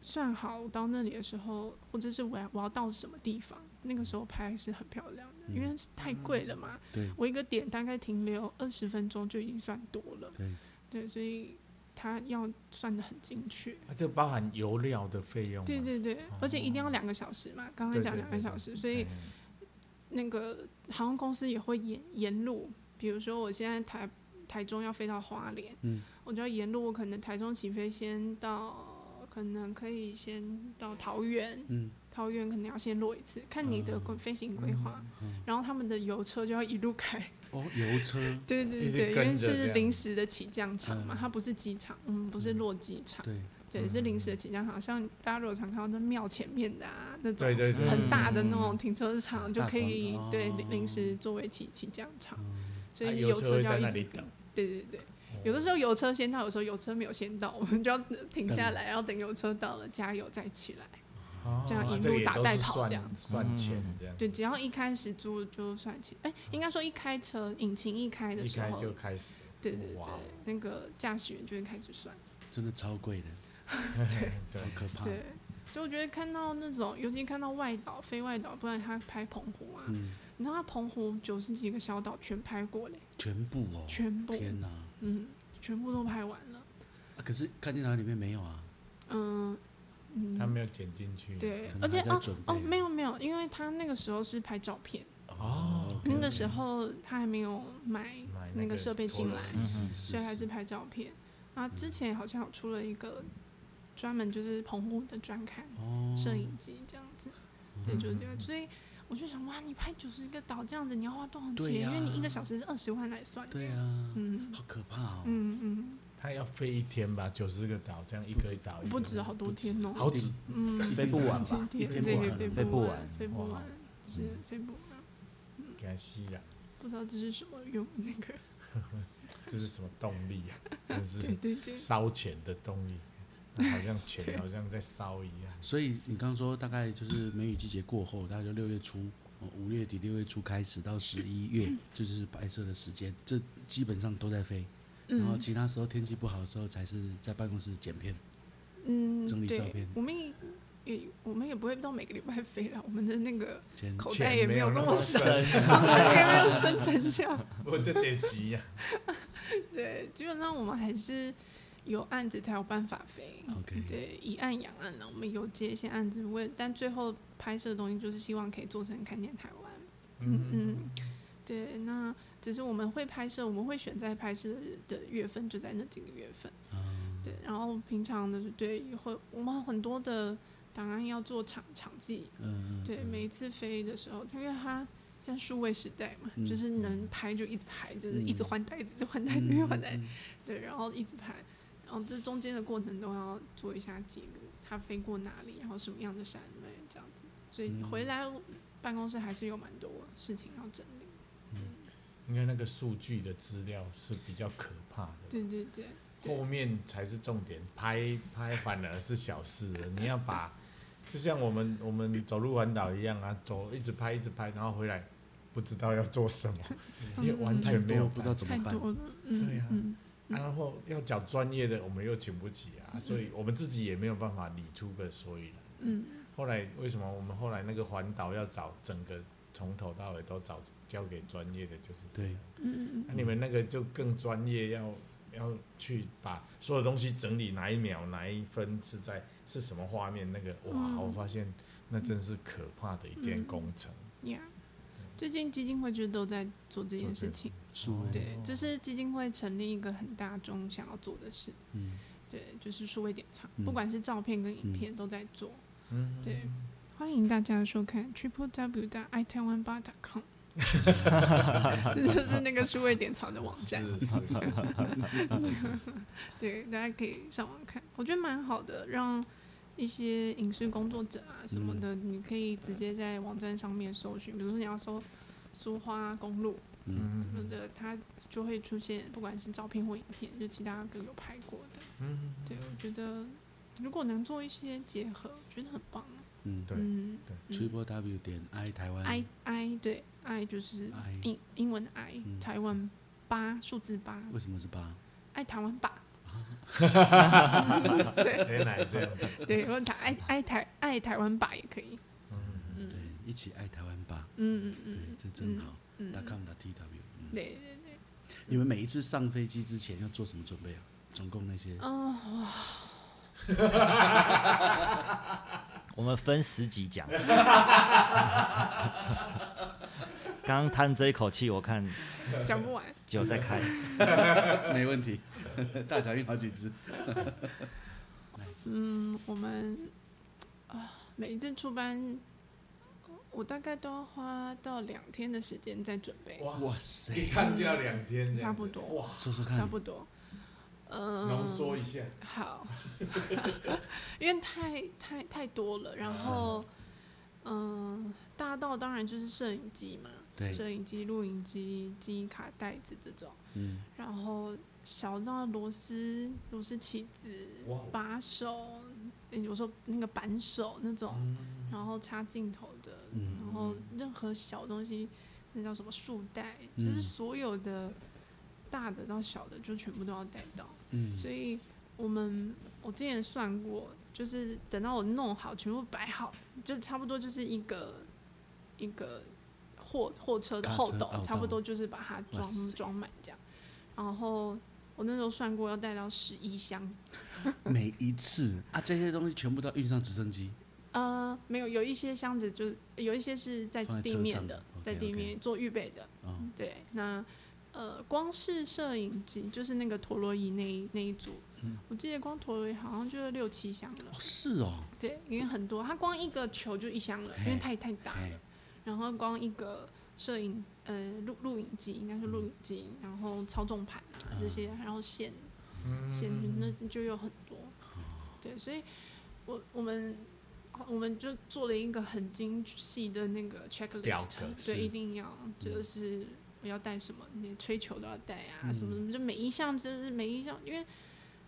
[SPEAKER 1] 算好我到那里的时候，或者是我要我要到什么地方。那个时候拍是很漂亮的，因为是太贵了嘛。
[SPEAKER 3] 嗯对
[SPEAKER 1] 我一个点大概停留二十分钟就已经算多了。
[SPEAKER 3] 对，
[SPEAKER 1] 对，所以它要算的很精确。
[SPEAKER 4] 啊这包含油料的费用吗？
[SPEAKER 1] 对对对，
[SPEAKER 3] 哦
[SPEAKER 1] 而且一定要两个小时嘛，刚刚
[SPEAKER 4] 对
[SPEAKER 1] 讲
[SPEAKER 4] 对
[SPEAKER 1] 两个
[SPEAKER 4] 对
[SPEAKER 1] 小
[SPEAKER 4] 对
[SPEAKER 1] 时，所以
[SPEAKER 4] 嗯
[SPEAKER 1] 那个航空公司也会沿沿路，比如说我现在台台中要飞到花莲，
[SPEAKER 3] 嗯
[SPEAKER 1] 我就要沿路，我可能台中起飞先到，可能可以先到桃园，
[SPEAKER 3] 嗯，
[SPEAKER 1] 桃园可能要先落一次，看你
[SPEAKER 4] 嗯
[SPEAKER 1] 的规飞行规划，然后他们的油车就要一路开，
[SPEAKER 3] 哦，油车，
[SPEAKER 1] 对对
[SPEAKER 4] 嗯一直
[SPEAKER 1] 对，因为
[SPEAKER 4] 跟着这
[SPEAKER 1] 是
[SPEAKER 4] 样
[SPEAKER 1] 临时的起降场嘛，
[SPEAKER 3] 嗯
[SPEAKER 1] 它不是机场，嗯，不是落机场，
[SPEAKER 3] 对，
[SPEAKER 1] 对，是临时
[SPEAKER 4] 嗯
[SPEAKER 1] 的起降场，像大家如果常看到在庙前面的啊那种
[SPEAKER 4] 对，对对，
[SPEAKER 1] 很大的那
[SPEAKER 4] 嗯。
[SPEAKER 1] 种停车场，就可以
[SPEAKER 3] 大广
[SPEAKER 1] 对
[SPEAKER 3] 哦
[SPEAKER 1] 临临时作为起起降场，所
[SPEAKER 4] 啊
[SPEAKER 1] 以
[SPEAKER 4] 油
[SPEAKER 1] 油
[SPEAKER 4] 车会
[SPEAKER 1] 就要
[SPEAKER 4] 在
[SPEAKER 1] 一
[SPEAKER 4] 那
[SPEAKER 1] 直
[SPEAKER 4] 里等。哦
[SPEAKER 1] 对对对，有的时候油车先到，有时候油车没有先到， <laughs> 我们就要停下
[SPEAKER 4] 嗯
[SPEAKER 1] 来，然后等油车到了加油再起来。
[SPEAKER 4] 哦
[SPEAKER 1] 这样一路
[SPEAKER 4] 这个也
[SPEAKER 1] 打
[SPEAKER 4] 都
[SPEAKER 1] 带
[SPEAKER 4] 是
[SPEAKER 1] 跑
[SPEAKER 4] 算
[SPEAKER 1] 这样
[SPEAKER 4] 算钱这样，
[SPEAKER 1] 对，只要一开始租就算起，哎，应该说一开车引擎一开的
[SPEAKER 4] 嗯一
[SPEAKER 1] 时
[SPEAKER 4] 开
[SPEAKER 1] 候，
[SPEAKER 4] 就开始。
[SPEAKER 1] 对对对
[SPEAKER 4] 哇哦，
[SPEAKER 1] 那个驾驶员就会开始算。
[SPEAKER 3] 真的超贵的，
[SPEAKER 4] 对
[SPEAKER 3] 好可怕，
[SPEAKER 1] 对，所以我觉得看到那种，尤其看到外岛飞外岛，不然他拍澎湖啊，
[SPEAKER 3] 嗯，
[SPEAKER 1] 你知道他澎湖九十几个小岛全拍过嘞，
[SPEAKER 3] 全部哦，
[SPEAKER 1] 全部，
[SPEAKER 3] 天哪，啊
[SPEAKER 1] 嗯，全部都拍完了。
[SPEAKER 3] 可是看电脑里面没有啊，
[SPEAKER 1] 嗯，嗯
[SPEAKER 4] 他没有剪进去。
[SPEAKER 1] 对
[SPEAKER 3] 可，能
[SPEAKER 1] 而且
[SPEAKER 3] 还在
[SPEAKER 1] 哦
[SPEAKER 3] 准备
[SPEAKER 1] 哦，没有没有，因为他那个时候是拍照片，
[SPEAKER 4] 哦，
[SPEAKER 1] 那个时候他还没有买
[SPEAKER 4] 买
[SPEAKER 1] 那
[SPEAKER 4] 那
[SPEAKER 1] 个
[SPEAKER 4] 个
[SPEAKER 1] 设备
[SPEAKER 4] 陀
[SPEAKER 1] 进
[SPEAKER 4] 螺
[SPEAKER 1] 来，
[SPEAKER 3] 是
[SPEAKER 4] 仪
[SPEAKER 3] 是是，
[SPEAKER 1] 所以还
[SPEAKER 3] 是嗯
[SPEAKER 1] 是拍照片。啊，之前好像有出了一个专门就是澎湖的专刊，
[SPEAKER 3] 哦，嗯
[SPEAKER 1] 摄影机这样子，对，就是这样。所以我就想，哇，你拍九十个岛这样子，你要花多少
[SPEAKER 3] 对
[SPEAKER 1] 钱？因为你一个
[SPEAKER 3] 呀
[SPEAKER 1] 小时是二十万来算的。
[SPEAKER 3] 对啊，
[SPEAKER 1] 嗯
[SPEAKER 3] 好可怕哦，
[SPEAKER 1] 嗯嗯，
[SPEAKER 4] 他要飞一天吧，九十个岛，这样一个岛。一个
[SPEAKER 1] 不止好多天哦，
[SPEAKER 4] 好几
[SPEAKER 3] <laughs>
[SPEAKER 1] 嗯，
[SPEAKER 2] 飞不完吧
[SPEAKER 1] 天？
[SPEAKER 2] 一
[SPEAKER 1] 天
[SPEAKER 2] 天
[SPEAKER 1] 对
[SPEAKER 2] 不可
[SPEAKER 1] 飞
[SPEAKER 2] 能
[SPEAKER 1] 不
[SPEAKER 2] 飞不完
[SPEAKER 1] 完，。飞不
[SPEAKER 4] 哇
[SPEAKER 1] 完，是飞不完。
[SPEAKER 4] 给他吸了，
[SPEAKER 1] 不知道这是什么用，那个
[SPEAKER 4] 这是什么动力啊？真
[SPEAKER 1] <laughs> 对
[SPEAKER 4] 是
[SPEAKER 1] 对对，
[SPEAKER 4] 烧钱的动力，那好像钱好像在烧一样。
[SPEAKER 3] 所以你刚刚说大概就是梅雨季节过后，大概就六月初、哦五月底、六月初开始到十一月，
[SPEAKER 1] 嗯
[SPEAKER 3] 这就是白色的时间，这基本上都在飞。然后
[SPEAKER 1] 嗯
[SPEAKER 3] 其他时候天气不好的时候，才是在办公室剪片。整
[SPEAKER 1] 嗯，
[SPEAKER 3] 理照
[SPEAKER 1] 对
[SPEAKER 3] 片，
[SPEAKER 1] 我们也也我们也不会到每个礼拜飞了，我们的那个
[SPEAKER 3] 剪
[SPEAKER 1] 口袋
[SPEAKER 4] 钱
[SPEAKER 1] 也
[SPEAKER 4] 没
[SPEAKER 1] 有
[SPEAKER 4] 有
[SPEAKER 1] 那
[SPEAKER 4] 那
[SPEAKER 1] 么
[SPEAKER 4] 么
[SPEAKER 1] 深，
[SPEAKER 4] 深，
[SPEAKER 1] 也没有深成这样。
[SPEAKER 4] 我这这啊急呀。
[SPEAKER 1] 对，基本上我们还是有案子才有办法飞。
[SPEAKER 3] OK
[SPEAKER 1] 对，以案养案了，我们有接一些案子，为但最后拍摄的东西就是希望可以做成看见台湾。嗯嗯，对，那只是我们会拍摄，我们会选在拍摄的月份就在那几个月份。
[SPEAKER 3] 啊
[SPEAKER 1] 对，然后平常的对会，我们很多的档案要做场场记。
[SPEAKER 3] 嗯，嗯
[SPEAKER 1] 对，每一次飞的时候，因为它像数位时代嘛，
[SPEAKER 3] 嗯
[SPEAKER 1] 就是能拍就一直拍，就是一直换袋子，一直换袋子，一直
[SPEAKER 3] 嗯
[SPEAKER 1] 换袋子。
[SPEAKER 3] 嗯
[SPEAKER 1] 对，然后一直拍，然后这中间的过程都要做一下记录，它飞过哪里，然后什么样的山类这样子，所以
[SPEAKER 3] 嗯
[SPEAKER 1] 回来办公室还是有蛮多事情要整
[SPEAKER 3] 嗯
[SPEAKER 1] 理。
[SPEAKER 4] 应该那个数据的资料是比较可怕的，
[SPEAKER 1] 对对对，对
[SPEAKER 4] 后面才是重点，拍拍反而是小事了。你要把，就像我们我们走路环岛一样啊，走一直拍一直拍，然后回来不知道要做什么，因为完全没有
[SPEAKER 3] 太多不知道怎
[SPEAKER 1] 太
[SPEAKER 3] 么办。
[SPEAKER 1] 多了，嗯，
[SPEAKER 4] 对呀
[SPEAKER 1] 嗯，
[SPEAKER 4] 啊然后要找专业的，我们又请不起啊，所以我们自己也没有办法理出个所以然。
[SPEAKER 1] 嗯，
[SPEAKER 4] 后来为什么我们后来那个环岛要找整个从头到尾都找交给专业的，就是这样
[SPEAKER 3] 对。
[SPEAKER 1] 嗯
[SPEAKER 4] 那、你们那个就更专业，要要去把所有东西整理，哪一秒哪一分是在是什么画面？那个哇，
[SPEAKER 1] 嗯
[SPEAKER 4] 我发现那真是可怕的一件工程。
[SPEAKER 1] 嗯呀，最近基金会就都在做这件事情。
[SPEAKER 3] 数位，
[SPEAKER 1] 对，这是基金会成立一个很大众想要做的事，
[SPEAKER 3] 嗯，
[SPEAKER 1] 对，就是数位典藏，
[SPEAKER 3] 嗯
[SPEAKER 1] 不管是照片跟影片都在做。
[SPEAKER 4] 嗯，
[SPEAKER 1] 对，欢迎大家收看 triple w 大 i t a i w a n bar com，这就是那个数位典藏的网
[SPEAKER 4] 是
[SPEAKER 1] 站，
[SPEAKER 4] 是
[SPEAKER 1] <laughs>
[SPEAKER 4] 是，
[SPEAKER 1] 对，大家可以上网看，我觉得蛮好的，让一些影视工作者啊什
[SPEAKER 4] 嗯
[SPEAKER 1] 么的，你可以直接在网站上面搜寻，比如说你要搜苏花公路什么
[SPEAKER 4] 嗯
[SPEAKER 1] 的，它就会出现，不管是照片或影片，就其他歌有拍过的，
[SPEAKER 4] 嗯，
[SPEAKER 1] 对我觉得如果能做一些结合，我觉得很棒。啊
[SPEAKER 3] 嗯，
[SPEAKER 4] 对
[SPEAKER 1] 嗯
[SPEAKER 4] 对
[SPEAKER 1] 嗯
[SPEAKER 3] triple w 点 i 台湾
[SPEAKER 1] I I 对 I 就是
[SPEAKER 3] ，I
[SPEAKER 1] 英英文的 I，、
[SPEAKER 3] 嗯
[SPEAKER 1] 台湾八数字八，
[SPEAKER 3] 为什么是八？
[SPEAKER 1] 爱台湾吧。
[SPEAKER 4] 原来这样，
[SPEAKER 1] 对，我打爱爱台爱台湾吧也可以。
[SPEAKER 4] 嗯，
[SPEAKER 3] 对，一起爱台湾吧，
[SPEAKER 1] 嗯嗯
[SPEAKER 3] 对
[SPEAKER 1] 嗯，
[SPEAKER 3] 这真好。
[SPEAKER 1] 嗯
[SPEAKER 3] dot com dot tw，嗯
[SPEAKER 1] 对对对。
[SPEAKER 3] 你们每一次上飞机之前要做什么准备啊？总共那些，
[SPEAKER 1] 哦，哇
[SPEAKER 2] 我们分十集 <laughs> 讲。刚刚叹这一口气，我看
[SPEAKER 1] 讲不完。
[SPEAKER 2] 酒在 <laughs> 开。
[SPEAKER 3] 没问题， <laughs> 大脚印好几只。
[SPEAKER 1] 嗯，我们啊、每一次出班，我大概都要花到两天的时间在准备，
[SPEAKER 4] 哇，
[SPEAKER 3] 哇塞，
[SPEAKER 4] 一看就要两天这样子，
[SPEAKER 1] 差不多
[SPEAKER 4] 哇，
[SPEAKER 3] 说说
[SPEAKER 1] 差
[SPEAKER 3] 看，
[SPEAKER 1] 不多。
[SPEAKER 4] 浓
[SPEAKER 1] 嗯，
[SPEAKER 4] 缩一下，
[SPEAKER 1] 好， <laughs> 因为太太太多了，然后，嗯、大道当然就是摄影机嘛，
[SPEAKER 3] 对
[SPEAKER 1] 摄影机、录影机、记忆卡、袋子这种，
[SPEAKER 3] 嗯，
[SPEAKER 1] 然后小到螺丝、螺丝起子、
[SPEAKER 4] 哇，
[SPEAKER 1] 把手，诶有时候那个扳手那种，
[SPEAKER 4] 嗯
[SPEAKER 1] 然后插镜头的，
[SPEAKER 3] 嗯
[SPEAKER 1] 然后任何小东西，那叫什么束带，
[SPEAKER 3] 嗯
[SPEAKER 1] 就是所有的大的到小的，就全部都要带到。
[SPEAKER 3] 嗯，
[SPEAKER 1] 所以我们我之前算过，就是等到我弄好，全部摆好，就差不多就是一个一个货货车的
[SPEAKER 3] 卡
[SPEAKER 1] 后
[SPEAKER 3] 车
[SPEAKER 1] 斗
[SPEAKER 3] 哦，
[SPEAKER 1] 差不
[SPEAKER 3] 懂
[SPEAKER 1] 多就是把它
[SPEAKER 3] 哇
[SPEAKER 1] 装
[SPEAKER 3] 塞
[SPEAKER 1] 装满这样。然后我那时候算过要带到十一箱，
[SPEAKER 3] 每一次啊，这些东西全部都要运上直升机，
[SPEAKER 1] 呃，没有，有一些箱子就是有一些是在
[SPEAKER 3] 放在
[SPEAKER 1] 地
[SPEAKER 3] 车
[SPEAKER 1] 面
[SPEAKER 3] 上
[SPEAKER 1] 的
[SPEAKER 3] 的，，OK，
[SPEAKER 1] 在地
[SPEAKER 3] OK
[SPEAKER 1] 面做预备的。
[SPEAKER 3] 哦，
[SPEAKER 1] 对，那呃，光是摄影机，就是那个陀螺仪那一那一组，
[SPEAKER 3] 嗯
[SPEAKER 1] 我记得光陀螺仪好像就六七箱了
[SPEAKER 3] 哦。是哦，
[SPEAKER 1] 对，因为很多，它光一个球就一箱了，因为
[SPEAKER 3] 嘿
[SPEAKER 1] 太太大
[SPEAKER 3] 哎
[SPEAKER 1] 了。，然后光一个摄影呃录录影机，应该
[SPEAKER 3] 嗯
[SPEAKER 1] 是录影机，然后操纵盘啊这些，然后线
[SPEAKER 3] 嗯
[SPEAKER 1] 线那就有很多。对，所以我我们我们就做了一个很精细的那个
[SPEAKER 4] 表
[SPEAKER 1] checklist，
[SPEAKER 4] 格
[SPEAKER 1] 对，
[SPEAKER 3] 是嗯
[SPEAKER 1] 一定要就是我要带什么，连吹球都要带啊，
[SPEAKER 3] 嗯
[SPEAKER 1] 什么什么，就每一项就是每一项，因为。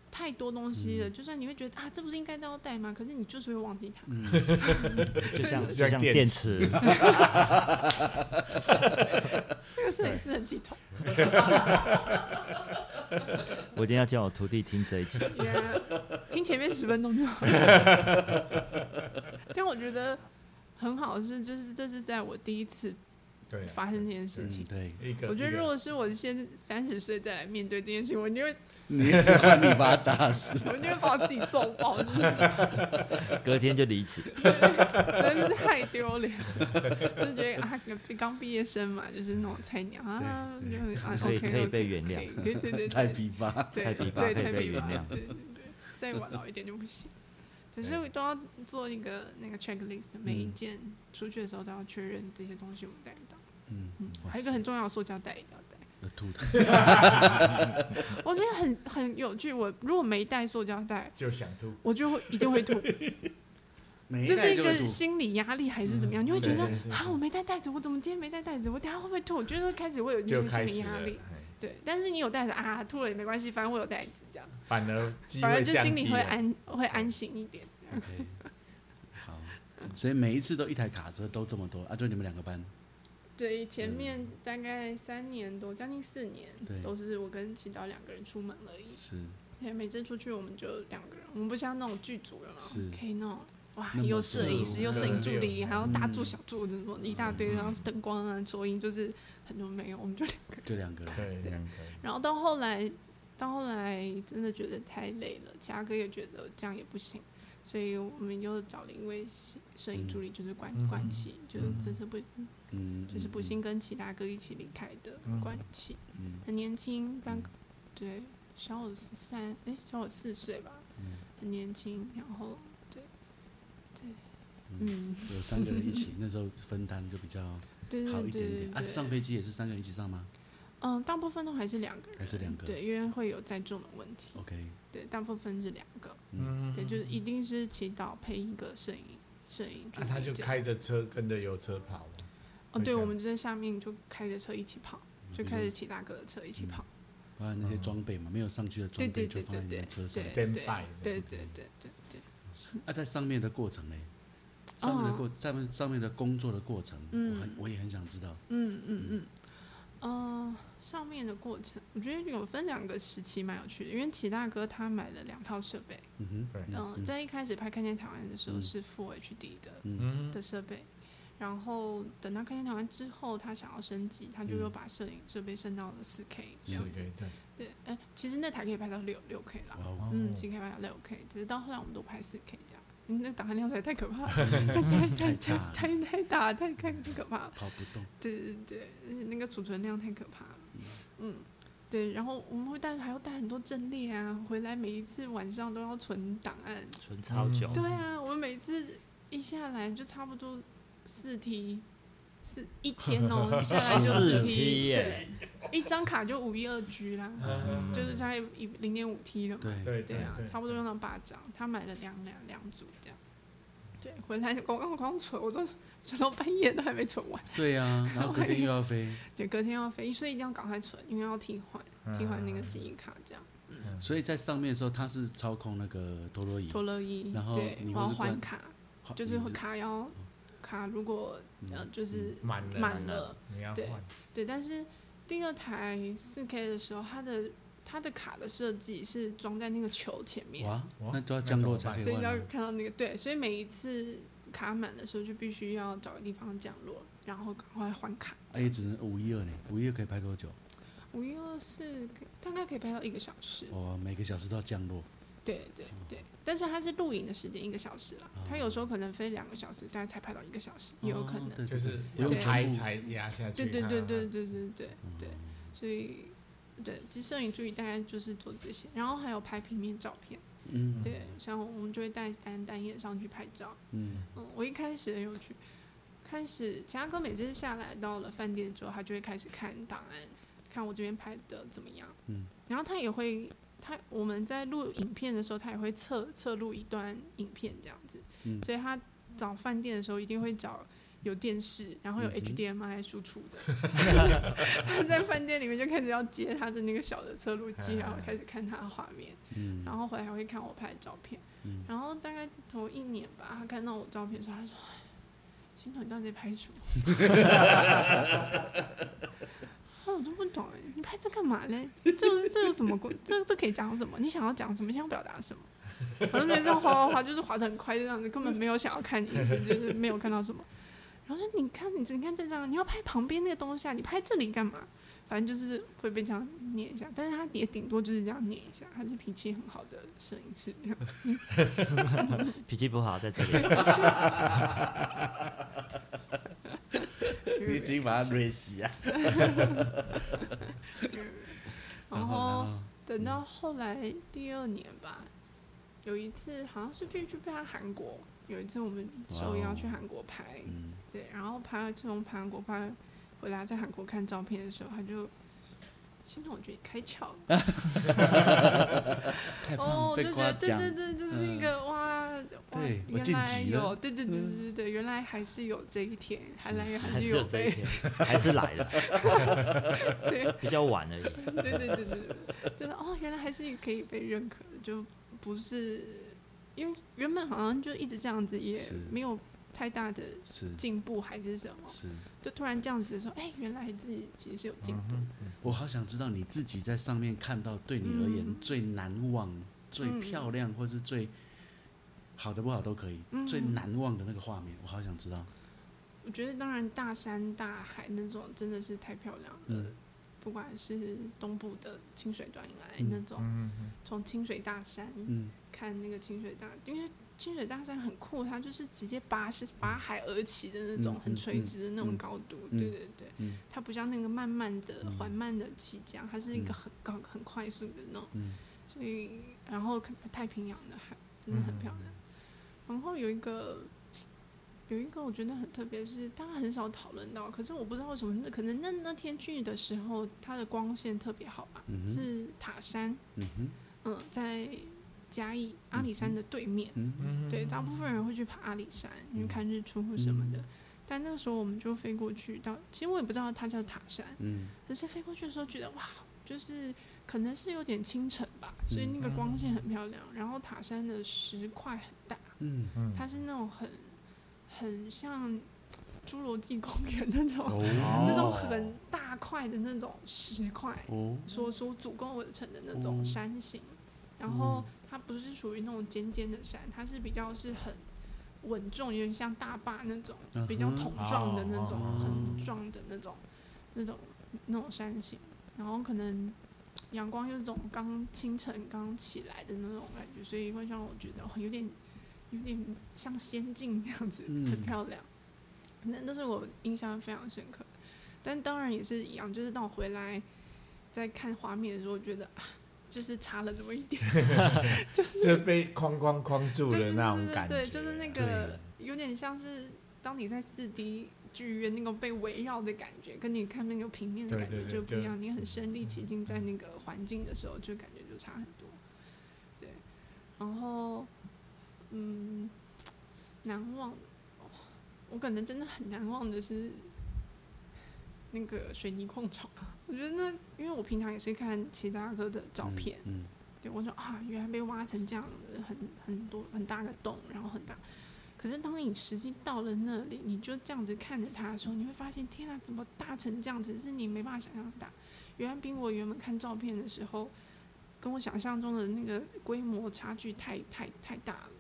[SPEAKER 1] 太多东西
[SPEAKER 3] 嗯
[SPEAKER 1] 了，就算你会觉得啊，这不是应该都要带吗？可是你就是会忘记
[SPEAKER 3] <laughs>
[SPEAKER 1] 它。
[SPEAKER 3] 嗯，
[SPEAKER 2] 就像就
[SPEAKER 4] 像
[SPEAKER 2] 像
[SPEAKER 4] 电
[SPEAKER 2] 电池，
[SPEAKER 1] 这个摄影师很鸡头。
[SPEAKER 2] 我一定要叫我徒弟听这一 <laughs> 集。
[SPEAKER 1] Yeah，听前面十分钟就好。 <laughs> 但我觉得很好的是，就是这是在我第一次
[SPEAKER 4] 对啊
[SPEAKER 1] 发生这件事
[SPEAKER 3] 嗯
[SPEAKER 1] 情。
[SPEAKER 3] 对，
[SPEAKER 4] 一个，
[SPEAKER 1] 我觉得
[SPEAKER 4] 一个
[SPEAKER 1] 如果是我现三十岁再来面对这件事情，我就会
[SPEAKER 3] 你换你把他打死，
[SPEAKER 1] 我就会把我自己揍爆，真的是
[SPEAKER 2] 隔天就离职，
[SPEAKER 1] 真的是太丢
[SPEAKER 3] <laughs>
[SPEAKER 1] 脸了。就觉得啊，刚毕业生嘛，就是那种菜鸟啊，
[SPEAKER 3] 对
[SPEAKER 1] 就很啊
[SPEAKER 2] 可以
[SPEAKER 1] OK，
[SPEAKER 2] 可以
[SPEAKER 1] OK，
[SPEAKER 2] 被原谅
[SPEAKER 1] 可以对对对，
[SPEAKER 3] <laughs> <laughs> 太
[SPEAKER 1] 对
[SPEAKER 3] 皮吧，
[SPEAKER 1] 对
[SPEAKER 2] 太
[SPEAKER 1] 对
[SPEAKER 2] 比吧可以
[SPEAKER 1] 太
[SPEAKER 2] 被
[SPEAKER 1] 比
[SPEAKER 2] 原
[SPEAKER 1] 吧
[SPEAKER 2] 谅
[SPEAKER 1] 对对对，再晚老一点就不行。可是我都要做一个那个 checklist，每
[SPEAKER 4] 嗯
[SPEAKER 1] 一件出去的时候都要确认这些东西我们带得到。
[SPEAKER 3] 嗯，
[SPEAKER 1] 嗯，
[SPEAKER 3] 哇
[SPEAKER 1] 还有一个很重要的塑胶袋也要带。
[SPEAKER 3] 要吐的，
[SPEAKER 1] <laughs> 我觉得很很有趣，我如果没带塑胶袋，
[SPEAKER 4] 就想吐，
[SPEAKER 1] 我就会一定
[SPEAKER 4] <laughs>
[SPEAKER 1] 会吐，
[SPEAKER 3] 每一
[SPEAKER 1] 这是
[SPEAKER 3] 代
[SPEAKER 1] 一
[SPEAKER 3] 就会
[SPEAKER 1] 个
[SPEAKER 3] 吐，
[SPEAKER 1] 心理压力还是怎么样？你会觉得
[SPEAKER 4] 嗯对对对对
[SPEAKER 1] 啊，我没带袋子，我怎么今天没带袋子？我等一下会不会吐？就是会开始会有那
[SPEAKER 4] 就
[SPEAKER 1] 个心
[SPEAKER 4] 开
[SPEAKER 1] 理
[SPEAKER 4] 始
[SPEAKER 1] 压
[SPEAKER 4] 了
[SPEAKER 1] 力。，
[SPEAKER 4] 哎
[SPEAKER 1] 对，但是你有袋子啊，吐了也没关系，反正我有袋子这样，<laughs>
[SPEAKER 4] 反而机
[SPEAKER 1] 反
[SPEAKER 4] 会
[SPEAKER 1] 而就
[SPEAKER 4] 降
[SPEAKER 1] 心里
[SPEAKER 4] 低
[SPEAKER 1] 会
[SPEAKER 4] 了。
[SPEAKER 1] 安会安心一点。
[SPEAKER 3] OK，好，所以每一次都一台卡车都这么多啊，就你们两个班，
[SPEAKER 1] 对，
[SPEAKER 4] 嗯
[SPEAKER 1] 前面大概三年多，将近四年
[SPEAKER 3] 对，
[SPEAKER 1] 都是我跟祈祷两个人出门而已。
[SPEAKER 3] 是
[SPEAKER 1] 对，每次出去我们就两个人，我们不像那种剧组有
[SPEAKER 3] 是
[SPEAKER 1] 没有？可以那种哇，
[SPEAKER 3] 那么
[SPEAKER 1] 有摄影师，
[SPEAKER 4] 多
[SPEAKER 1] 有摄影助理，
[SPEAKER 4] 嗯
[SPEAKER 1] 还有大助小助什么一大堆，然后灯光啊、收音，就是很多没有，我们就两个人。
[SPEAKER 3] 就两个人，
[SPEAKER 4] 对，
[SPEAKER 1] 对
[SPEAKER 4] 两个
[SPEAKER 1] 然后到后来，到后来真的觉得太累了，其他哥也觉得这样也不行，所以我们又找了一位摄摄影助理，就是关
[SPEAKER 4] 嗯
[SPEAKER 1] 关琪，就是这次不
[SPEAKER 3] 嗯，
[SPEAKER 1] 就是
[SPEAKER 3] 嗯
[SPEAKER 1] 不，幸跟其他哥一起离开的
[SPEAKER 4] 嗯
[SPEAKER 1] 关系，
[SPEAKER 3] 嗯
[SPEAKER 1] 很年轻，但
[SPEAKER 3] 嗯
[SPEAKER 1] 对小我十三，哎，小我四岁吧，
[SPEAKER 3] 嗯
[SPEAKER 1] 很年轻，然后对对，
[SPEAKER 3] 嗯
[SPEAKER 1] 嗯，
[SPEAKER 3] 有三个人一起，那时候分担就比较
[SPEAKER 1] 对对
[SPEAKER 3] 好
[SPEAKER 1] 对
[SPEAKER 3] 一点
[SPEAKER 1] 对
[SPEAKER 3] 点啊。上
[SPEAKER 1] 对，
[SPEAKER 3] 飞机也是三个人一起上吗
[SPEAKER 1] 嗯，大部分都还是两个人，
[SPEAKER 3] 还是两个哦
[SPEAKER 1] 对，因为会有载重的问题，
[SPEAKER 3] ？OK，
[SPEAKER 1] 对，大部分是两个，
[SPEAKER 4] 嗯，
[SPEAKER 1] 对，就是一定是祈祷配一个摄影摄影助
[SPEAKER 4] 那
[SPEAKER 1] 理这样，
[SPEAKER 4] 他就开着车跟着油车跑了，
[SPEAKER 1] 哦，
[SPEAKER 4] 会这
[SPEAKER 1] 对，我
[SPEAKER 4] 样
[SPEAKER 3] 嗯
[SPEAKER 1] 们就在下面就开着车一起跑，就开着骑大哥的车一起跑，
[SPEAKER 3] 包含那些装备嘛，没有上去的装
[SPEAKER 1] 对对
[SPEAKER 3] 备就
[SPEAKER 1] 对
[SPEAKER 3] 放在
[SPEAKER 1] 对
[SPEAKER 3] 你
[SPEAKER 1] 对
[SPEAKER 3] 的车上。
[SPEAKER 1] 对对
[SPEAKER 4] Standby 这样
[SPEAKER 1] 对对对对对，
[SPEAKER 3] 啊，在上面的过程呢，上面
[SPEAKER 1] 哦
[SPEAKER 3] 的过上面上面的工作的过程，我很我也很想知道。
[SPEAKER 1] 嗯嗯嗯，呃，上面的过程，我觉得有分两个时期蛮有趣的，因为齐大哥他买了两套设备，
[SPEAKER 3] 嗯哼，
[SPEAKER 4] 对，
[SPEAKER 1] 嗯、在一开始拍《看见台湾》的时候
[SPEAKER 3] 嗯
[SPEAKER 1] 是 Full HD 的、
[SPEAKER 4] 嗯，
[SPEAKER 1] 的设备，然后等到《看见台湾》之后，他想要升级，他就又把摄影设备升到了四嗯 K 这
[SPEAKER 4] 嗯是
[SPEAKER 1] 样
[SPEAKER 4] 可
[SPEAKER 1] 子。
[SPEAKER 4] 以对，
[SPEAKER 1] 对，哎、其实那台可以拍到六六 K 啦
[SPEAKER 3] 哇，哦，
[SPEAKER 4] 哦
[SPEAKER 1] 嗯，其实可以拍到六 K，只是到后来我们都拍四 K 这样。嗯，那档案量实在太可怕 <laughs> 了，太太太太太大，太太太可怕了。
[SPEAKER 3] 跑不动，
[SPEAKER 1] 对对对，而且那个储存量太可怕了。嗯，对，然后我们会带还要带很多阵列啊，回来每一次晚上都要存档案。
[SPEAKER 2] 存超久
[SPEAKER 4] 嗯，
[SPEAKER 1] 对啊，我们每次一下来就差不多四题，四一天哦，一下来就
[SPEAKER 2] 四
[SPEAKER 1] 题，
[SPEAKER 2] T 耶，
[SPEAKER 1] 对，一张卡就五一二 G 啦，
[SPEAKER 4] 嗯
[SPEAKER 1] 就是大概一零点五 T 了嘛。
[SPEAKER 3] 对，
[SPEAKER 4] 对
[SPEAKER 1] 对啊，差不多用到八张，他买了两两两组这样。对，回来光光光存，我都存到半夜都还没存完。
[SPEAKER 3] 对呀、然后隔天
[SPEAKER 1] <laughs>
[SPEAKER 3] 又要飞，
[SPEAKER 1] 对，隔天要飞，所以一定要赶快存，因为要替换
[SPEAKER 3] 嗯
[SPEAKER 1] 替换那个记忆卡，这样。
[SPEAKER 3] 所以在上面的时候，他是操控那个陀螺仪，
[SPEAKER 1] 陀螺仪，
[SPEAKER 3] 然后
[SPEAKER 1] 对，
[SPEAKER 3] 你
[SPEAKER 1] 我
[SPEAKER 3] 会
[SPEAKER 1] 要
[SPEAKER 3] 是
[SPEAKER 1] 换
[SPEAKER 3] 关
[SPEAKER 1] 卡，
[SPEAKER 3] 好
[SPEAKER 1] 就是
[SPEAKER 3] 你哦嗯
[SPEAKER 1] 卡要卡，如果呃就是
[SPEAKER 4] 满了
[SPEAKER 1] 满
[SPEAKER 2] 了
[SPEAKER 1] 了，
[SPEAKER 4] 你要
[SPEAKER 1] 对
[SPEAKER 4] 换，
[SPEAKER 1] 对。但是第二台四 K 的时候，它的它的卡的设计是装在那个球前面，
[SPEAKER 3] 哇
[SPEAKER 4] 哇，
[SPEAKER 3] 那就要降落才可
[SPEAKER 1] 所
[SPEAKER 3] 以
[SPEAKER 1] 以你
[SPEAKER 3] 换
[SPEAKER 1] 要
[SPEAKER 3] 啊。
[SPEAKER 1] 看到那个对，所以每一次卡满的时候，就必须要找个地方降落，然后赶快换卡。
[SPEAKER 3] 哎，也只能五一二呢，五一二可以拍多久？
[SPEAKER 1] 五一二四大概可以拍到一个小时。
[SPEAKER 3] 哦，每个小时都要降落，
[SPEAKER 1] 对对对，但是它是录影的时间一个小时啦，它有时候可能飞两个小时，大概才拍到一个小时，也有可能
[SPEAKER 3] 哦。对
[SPEAKER 4] 就是
[SPEAKER 3] 不用
[SPEAKER 1] 对
[SPEAKER 4] 才
[SPEAKER 3] 全部
[SPEAKER 4] 才压下去，
[SPEAKER 1] 对对对对
[SPEAKER 4] 它，嗯
[SPEAKER 1] 对对对对，所以对，其实摄影助理大概就是做这些，然后还有拍平面照片，
[SPEAKER 3] 嗯
[SPEAKER 1] 对，像我们就会带单单眼上去拍照。
[SPEAKER 3] 嗯，
[SPEAKER 1] 嗯，我一开始很有趣，开始其他哥每次下来到了饭店之后，他就会开始看档案，看我这边拍的怎么样。
[SPEAKER 3] 嗯，
[SPEAKER 1] 然后他也会，他我们在录影片的时候，他也会侧侧录一段影片这样子。
[SPEAKER 3] 嗯
[SPEAKER 1] 所以他找饭店的时候一定会找。有电视，然后有
[SPEAKER 3] 嗯哼
[SPEAKER 1] HDMI 输出
[SPEAKER 3] <laughs>
[SPEAKER 1] 的，他在饭店里面就开始要接他的那个小的侧录
[SPEAKER 3] 哎
[SPEAKER 1] 机，然后开始看他的画面。
[SPEAKER 3] 嗯
[SPEAKER 1] 然后回来还会看我拍的照片，
[SPEAKER 3] 嗯
[SPEAKER 1] 然后大概头一年吧，他看到我照片的时候，他说：“哎心头你到底在拍什么？” <laughs> 那我都不懂哎，你拍这干嘛嘞？这有这有什么关？这这可以讲什么？你想要讲什么？你想要表达什么？我就每次滑滑滑，就是滑的很快，就这样子，根本没有想要看意思，就是没有看到什么。然后说：“你看，你你看这张，你要拍旁边那个东西啊，你拍这里干嘛？”反正就是会被这样念一下，但是他也顶多就是这样念一下，他是脾气很好的摄影师。
[SPEAKER 2] 脾气不好在这里， <laughs>
[SPEAKER 3] 你已经把它瑞洗啊。
[SPEAKER 1] 嗯然
[SPEAKER 3] 然
[SPEAKER 1] 后
[SPEAKER 3] 后
[SPEAKER 1] 等到后来第二年吧，有一次好像是必须去拍韩国，有一次我们受邀去韩国拍，
[SPEAKER 3] 嗯，
[SPEAKER 1] 对，然后拍从韩国拍回来，在韩国看照片的时候，他就。心中我觉得开窍了，哦，我
[SPEAKER 2] 被
[SPEAKER 1] 就觉
[SPEAKER 2] 夸
[SPEAKER 1] 得对
[SPEAKER 2] 奖
[SPEAKER 1] 对对，这是一个哇哇，
[SPEAKER 3] 对我
[SPEAKER 1] 原
[SPEAKER 3] 晋
[SPEAKER 1] 来
[SPEAKER 3] 级了
[SPEAKER 1] 有，对对对对对对，原来还是有这一天，还来
[SPEAKER 2] 还
[SPEAKER 1] 是
[SPEAKER 2] 是有这
[SPEAKER 1] 被
[SPEAKER 2] 一天，还是来了，
[SPEAKER 1] 对
[SPEAKER 2] <laughs> 比较晚而已。
[SPEAKER 1] 对对对对对，就是哦，原来还是可以被认可的，就不是因为原本好像就一直这样子，也
[SPEAKER 3] 是
[SPEAKER 1] 没有太大的
[SPEAKER 3] 是
[SPEAKER 1] 进步还是什么，
[SPEAKER 3] 是，
[SPEAKER 1] 就突然这样子说，哎，原来自己其实是有进步。
[SPEAKER 4] 嗯
[SPEAKER 3] 我好想知道你自己在上面看到对你而言
[SPEAKER 1] 嗯
[SPEAKER 3] 最难忘、最
[SPEAKER 1] 嗯
[SPEAKER 3] 漂亮，或是最好的不好都可以，
[SPEAKER 1] 嗯
[SPEAKER 3] 最难忘的那个画面，我好想知道。
[SPEAKER 1] 我觉得当然大山大海那种真的是太漂亮了，
[SPEAKER 3] 嗯
[SPEAKER 1] 不管是东部的清水断崖
[SPEAKER 3] 嗯
[SPEAKER 1] 那种，
[SPEAKER 4] 嗯嗯
[SPEAKER 1] 从清水大山
[SPEAKER 3] 嗯，
[SPEAKER 1] 看那个清水大，因为清水大山很酷，它就是直接拔是拔海而起的那种
[SPEAKER 3] 嗯
[SPEAKER 1] 很垂直的那种
[SPEAKER 3] 嗯
[SPEAKER 1] 高度，
[SPEAKER 3] 嗯
[SPEAKER 1] 对对对，
[SPEAKER 3] 嗯
[SPEAKER 1] 它不像那个慢慢的
[SPEAKER 3] 嗯
[SPEAKER 1] 缓慢的起降，它是一个很高很快速的那种，
[SPEAKER 3] 嗯
[SPEAKER 1] 所以然后看太平洋的海真的很漂
[SPEAKER 3] 嗯
[SPEAKER 1] 亮。然后有一个有一个我觉得很特别是，大家很少讨论到，可是我不知道为什么，那可能那那天去的时候，它的光线特别好吧，
[SPEAKER 3] 嗯哼
[SPEAKER 1] 是塔山，
[SPEAKER 3] 嗯哼，
[SPEAKER 1] 嗯，在嘉义阿里山的对面。
[SPEAKER 3] 嗯
[SPEAKER 4] 嗯，
[SPEAKER 3] 嗯
[SPEAKER 1] 对，大部分人会去爬阿里山，因为看日出或什么的。但那个时候我们就飞过去到，其实我也不知道它叫塔山，
[SPEAKER 3] 嗯，
[SPEAKER 1] 可是飞过去的时候觉得哇，就是可能是有点清晨吧，所
[SPEAKER 3] 嗯
[SPEAKER 1] 以那个光线很漂亮。然后塔山的石块很大，
[SPEAKER 3] 嗯，
[SPEAKER 4] 嗯，
[SPEAKER 1] 它是那种很很像侏罗纪公园那种、
[SPEAKER 3] 哦
[SPEAKER 1] 那种很大块的那种石块，
[SPEAKER 3] 哦，
[SPEAKER 1] 所所足够而成的那
[SPEAKER 3] 哦
[SPEAKER 1] 种山形。然后
[SPEAKER 3] 嗯
[SPEAKER 1] 它不是属于那种尖尖的山，它是比较是很稳重，有点像大坝那种
[SPEAKER 3] 嗯哼
[SPEAKER 1] 比较桶状的那种，
[SPEAKER 3] 哦
[SPEAKER 1] 很壮的那种那种那种山形。然后可能阳光有种刚清晨刚起来的那种感觉，所以会让我觉得哦有点有点像仙境那样子，
[SPEAKER 3] 嗯
[SPEAKER 1] 很漂亮。那那是我印象非常深刻的。但当然也是一样，就是当我回来在看画面的时候，我觉得啊，就是差了那么一点， <laughs> 就是
[SPEAKER 4] 就被框框框住
[SPEAKER 1] 对
[SPEAKER 4] 的
[SPEAKER 1] 对
[SPEAKER 4] 那
[SPEAKER 1] 对
[SPEAKER 4] 种
[SPEAKER 1] 对
[SPEAKER 4] 感觉啊，
[SPEAKER 1] 对，就是那个有点像是当你在四 D 剧院那个被围绕的感觉，跟你看那个平面的
[SPEAKER 4] 对
[SPEAKER 1] 感
[SPEAKER 4] 对
[SPEAKER 1] 觉
[SPEAKER 4] 对
[SPEAKER 1] 就不
[SPEAKER 4] 就嗯
[SPEAKER 1] 一样。你很身临其境在那个环境的时候，就感觉就差很多。对，然后嗯，难忘，哦我可能真的很难忘的是那个水泥矿场。啊我觉得那，因为我平常也是看其他哥的照片，
[SPEAKER 3] 嗯，
[SPEAKER 1] 对，我说啊，原来被挖成这样子，很很多很大个洞，然后很大。可是当你实际到了那里，你就这样子看着它的时候，你会发现，天啊，怎么大成这样子？是你没办法想象大。原来比我原本看照片的时候，跟我想象中的那个规模差距太太太大了。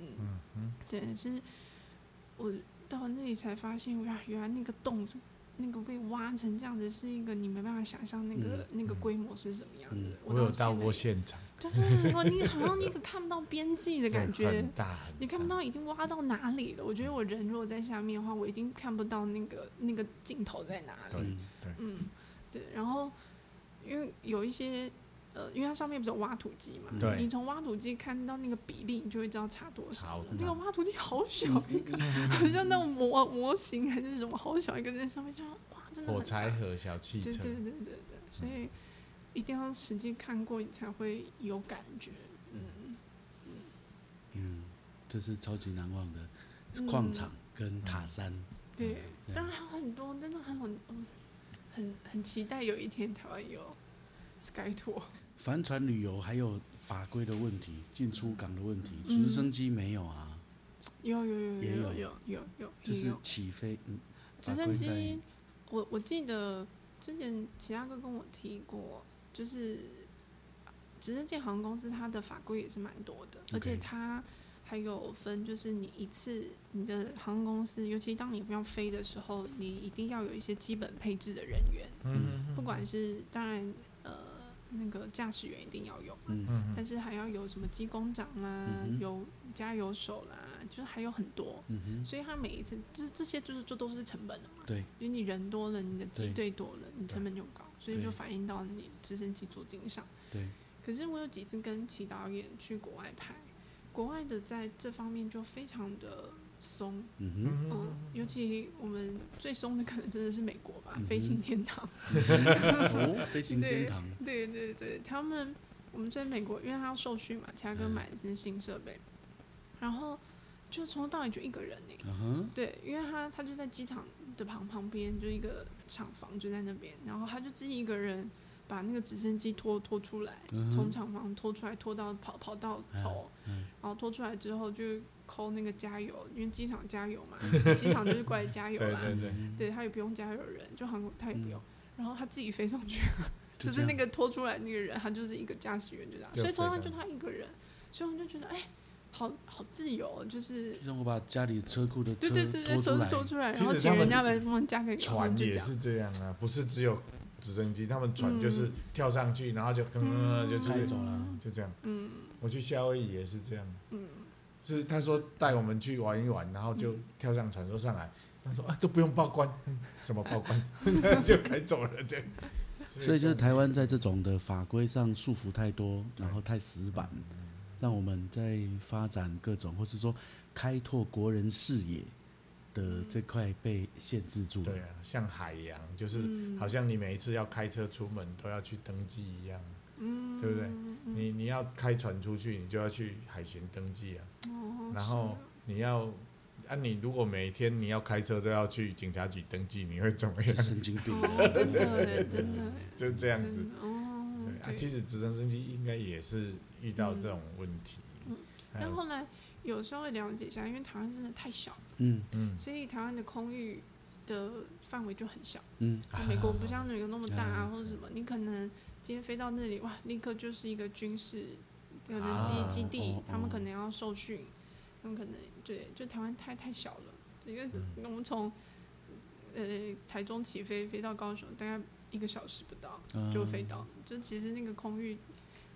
[SPEAKER 1] 嗯，
[SPEAKER 4] 嗯嗯
[SPEAKER 1] 对，是我到那里才发现，哇，原来那个洞是那个被挖成这样子，是一个你没办法想象那个、那个
[SPEAKER 4] 嗯
[SPEAKER 1] 规模是什么样
[SPEAKER 3] 嗯
[SPEAKER 1] 子。
[SPEAKER 4] 我有到
[SPEAKER 1] 现在
[SPEAKER 4] 过
[SPEAKER 1] 也
[SPEAKER 4] 现场，
[SPEAKER 1] 对，然后你好像你看不到边际的
[SPEAKER 4] 对
[SPEAKER 1] 感觉
[SPEAKER 4] 很，大，很
[SPEAKER 1] 你看不
[SPEAKER 4] 大，
[SPEAKER 1] 到已经挖到哪里了。我觉得我人如果在下面的话，我一定看不到那个那个尽头在哪里。
[SPEAKER 4] 对
[SPEAKER 3] 嗯
[SPEAKER 4] 对，
[SPEAKER 1] 嗯，对。然后因为有一些呃，因为它上面不是有挖土机嘛，
[SPEAKER 4] 对
[SPEAKER 1] 你从挖土机看到那个比例，你就会知道差多
[SPEAKER 4] 差
[SPEAKER 1] 少
[SPEAKER 4] 好
[SPEAKER 1] 了
[SPEAKER 4] 大。
[SPEAKER 1] 那个挖土机好小，那个好像那种模模型还是什么，好小一个在上面，就哇，真的
[SPEAKER 4] 火
[SPEAKER 1] 很大
[SPEAKER 4] 柴盒小汽
[SPEAKER 1] 对
[SPEAKER 4] 车，
[SPEAKER 1] 对对对对，所
[SPEAKER 3] 嗯
[SPEAKER 1] 以一定要实际看过，你才会有感觉。嗯，
[SPEAKER 3] 嗯，这是超级难忘的
[SPEAKER 1] 嗯
[SPEAKER 3] 矿场跟塔山，
[SPEAKER 1] 对，
[SPEAKER 3] 嗯
[SPEAKER 1] 当然还有很多，真的很很嗯很很期待有一天台湾有 Sky Tour。
[SPEAKER 3] 帆船旅游还有法规的问题、进出港的问题，
[SPEAKER 1] 嗯
[SPEAKER 3] 直升机没有啊，
[SPEAKER 1] 有有有
[SPEAKER 3] 也有
[SPEAKER 1] 有有有有
[SPEAKER 3] 就
[SPEAKER 1] 也
[SPEAKER 3] 是
[SPEAKER 1] 有
[SPEAKER 3] 起飞，嗯，
[SPEAKER 1] 直
[SPEAKER 3] 法
[SPEAKER 1] 升
[SPEAKER 3] 规
[SPEAKER 1] 机，我我记得之前其他哥跟我提过，就是直升机航空公司它的法规也是蛮多的
[SPEAKER 3] OK
[SPEAKER 1] 而且它还有分，就是你一次你的航空公司，尤其当你不要飞的时候，你一定要有一些基本配置的人员，
[SPEAKER 4] 嗯，
[SPEAKER 1] 不管是当然呃那个驾驶员一定要有，
[SPEAKER 4] 嗯，嗯
[SPEAKER 1] 但是还要有什么机工长啦
[SPEAKER 3] 嗯哼，
[SPEAKER 1] 有加油手啦，就是还有很多。
[SPEAKER 3] 嗯哼，
[SPEAKER 1] 所以它每一次，这这些就是就都是成本了嘛。
[SPEAKER 3] 对，
[SPEAKER 1] 因为你人多了，你的机
[SPEAKER 3] 对
[SPEAKER 1] 队多了，你成本就高，所以
[SPEAKER 3] 对
[SPEAKER 1] 就反映到你直升机租金上。
[SPEAKER 3] 对，
[SPEAKER 1] 可是我有几次跟齐导演去国外拍，国外的在这方面就非常的松，
[SPEAKER 3] 嗯哼，
[SPEAKER 4] 嗯嗯
[SPEAKER 1] 嗯
[SPEAKER 4] 嗯，
[SPEAKER 1] 尤其我们最松的可能真的是美国吧，
[SPEAKER 3] 嗯哼
[SPEAKER 1] 飞行天堂。 <laughs>
[SPEAKER 4] 嗯
[SPEAKER 3] 哦，飞行天堂，
[SPEAKER 1] 对对对，他们我们在美国，因为他要受训嘛，其他哥
[SPEAKER 3] 嗯
[SPEAKER 1] 买的是新设备，然后就从头到尾就一个人欸呢、
[SPEAKER 3] 嗯哼，
[SPEAKER 1] 对，因为他他就在机场的旁旁边，就一个厂房就在那边，然后他就自己一个人把那个直升机拖拖出来，
[SPEAKER 3] 嗯
[SPEAKER 1] 从
[SPEAKER 3] 哼，
[SPEAKER 1] 厂房拖出来，拖到跑跑到头，
[SPEAKER 3] 嗯
[SPEAKER 1] 然后拖出来之后就抠那个加油，因为机场加油嘛，
[SPEAKER 3] 嗯
[SPEAKER 1] 机场就是过来加
[SPEAKER 3] <laughs>
[SPEAKER 4] 对
[SPEAKER 1] 油啦，
[SPEAKER 4] 对对，
[SPEAKER 1] 对他也不用加油人，就韩国他也不用，然后他自己飞上去，
[SPEAKER 3] 嗯就
[SPEAKER 1] 就
[SPEAKER 3] 这
[SPEAKER 1] 是
[SPEAKER 3] 样
[SPEAKER 1] 那个拖出来那个人，他就是一个驾驶员就这样，
[SPEAKER 4] 就
[SPEAKER 1] 所以头上
[SPEAKER 4] 飞
[SPEAKER 1] 就
[SPEAKER 4] 上
[SPEAKER 1] 他一个人，所以我们就觉得哎、好好自由哦，就是
[SPEAKER 3] 就像我把家里车库的车
[SPEAKER 1] 对对对对，
[SPEAKER 3] 拖出
[SPEAKER 1] 从
[SPEAKER 3] 来，
[SPEAKER 1] 拖出来，
[SPEAKER 4] 其
[SPEAKER 1] 然后
[SPEAKER 4] 实
[SPEAKER 1] 请
[SPEAKER 4] 他们
[SPEAKER 1] 人家来帮忙加个油，
[SPEAKER 4] 船
[SPEAKER 1] 就这
[SPEAKER 4] 也
[SPEAKER 1] 样。嗯
[SPEAKER 4] 是这样啊，不是只有直升机，他们船就是跳上去，然后就嗯就出
[SPEAKER 3] 开
[SPEAKER 4] 去
[SPEAKER 3] 走了，
[SPEAKER 4] 就这样。
[SPEAKER 1] 嗯
[SPEAKER 4] 我去夏威夷也是这样，
[SPEAKER 1] 嗯，
[SPEAKER 4] 就是他说带我们去玩一玩，然后就跳上船说上来，他说啊都不用报关， <laughs> 嗯什么报关， <laughs> 就开走了这样。
[SPEAKER 3] 所以就是
[SPEAKER 4] 他
[SPEAKER 3] 台湾在这种的法规上束缚太多，
[SPEAKER 4] 对
[SPEAKER 3] 然后太死板，让我们在发展各种或是说开拓国人视野的这块被限制住了 <laughs>
[SPEAKER 4] 对。啊，像海洋就是。
[SPEAKER 1] 嗯
[SPEAKER 4] 好像你每一次要开车出门都要去登记一样，
[SPEAKER 1] 嗯，
[SPEAKER 4] 对不对
[SPEAKER 1] 嗯
[SPEAKER 4] 你你要开船出去，你就要去海巡登记啊，
[SPEAKER 1] 哦
[SPEAKER 4] 然后
[SPEAKER 1] 是
[SPEAKER 4] 你要啊，你如果每天你要开车都要去警察局登记，你会怎么样？ <laughs>
[SPEAKER 3] 神经病。
[SPEAKER 1] 哦， <laughs> 真的耶，真的耶，
[SPEAKER 4] 就 <laughs> 这样子
[SPEAKER 1] 真。的哦
[SPEAKER 4] 对。啊，
[SPEAKER 1] 对
[SPEAKER 4] 其实直升机应该也是遇到这种问题。哎
[SPEAKER 1] 嗯
[SPEAKER 4] 还
[SPEAKER 1] 但
[SPEAKER 4] 有
[SPEAKER 1] 后来有时候会了解一下，因为台湾真的太小了，
[SPEAKER 3] 嗯
[SPEAKER 4] 嗯，
[SPEAKER 1] 所以台湾的空域的范围就很小。
[SPEAKER 3] 嗯，
[SPEAKER 1] 那美国不像美国那么大啊，或者什么，你可能今天飞到那里，哇，立刻就是一个军事可能基
[SPEAKER 4] 啊
[SPEAKER 1] 基地，
[SPEAKER 3] 哦
[SPEAKER 1] 他们
[SPEAKER 3] 哦
[SPEAKER 1] 可能要受训，他们可能对，就台湾太太小了，因为
[SPEAKER 3] 嗯
[SPEAKER 1] 我们从呃台中起飞飞到高雄，大概一个小时不到就飞到，
[SPEAKER 3] 嗯
[SPEAKER 1] 就其实那个空域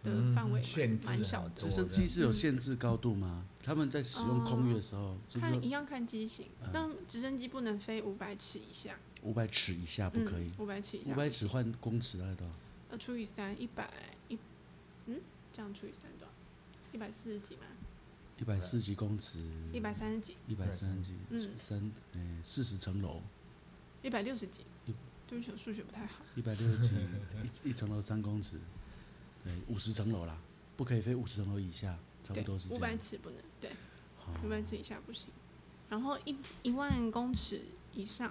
[SPEAKER 1] 的范围
[SPEAKER 4] 嗯限制
[SPEAKER 1] 蛮
[SPEAKER 4] 很
[SPEAKER 1] 小
[SPEAKER 4] 多
[SPEAKER 1] 的
[SPEAKER 3] 直。升机是有限制高度吗？他们在使用空域的时候，是不
[SPEAKER 1] 哦看
[SPEAKER 3] 啊是嗯
[SPEAKER 1] 一样看机型，但直升机不能飞五百尺以下，嗯
[SPEAKER 3] 五百尺以下啊不可以？
[SPEAKER 1] 五百尺以下
[SPEAKER 3] 五
[SPEAKER 1] 不
[SPEAKER 3] 百
[SPEAKER 1] 行，
[SPEAKER 3] 尺换公尺啊大概多少？
[SPEAKER 1] 呃，除以三，一百一，嗯，这样除以三多少？一百四十几吗？
[SPEAKER 3] 一百四十几公尺，
[SPEAKER 1] 一百三十几？
[SPEAKER 3] 一百三十几，
[SPEAKER 1] 嗯
[SPEAKER 3] 三诶四十层楼，
[SPEAKER 1] 一百六十几
[SPEAKER 3] 一？
[SPEAKER 1] 对不起，我数学不太好。
[SPEAKER 3] 一百六十几，一一层楼三公尺，对，五十层楼啦，不可以飞五十层楼以下，差不
[SPEAKER 1] 对
[SPEAKER 3] 多是，这
[SPEAKER 1] 五百
[SPEAKER 3] 样。
[SPEAKER 1] 尺不能，对，
[SPEAKER 3] 好
[SPEAKER 1] 五百尺以下不行。然后一一万公尺以上，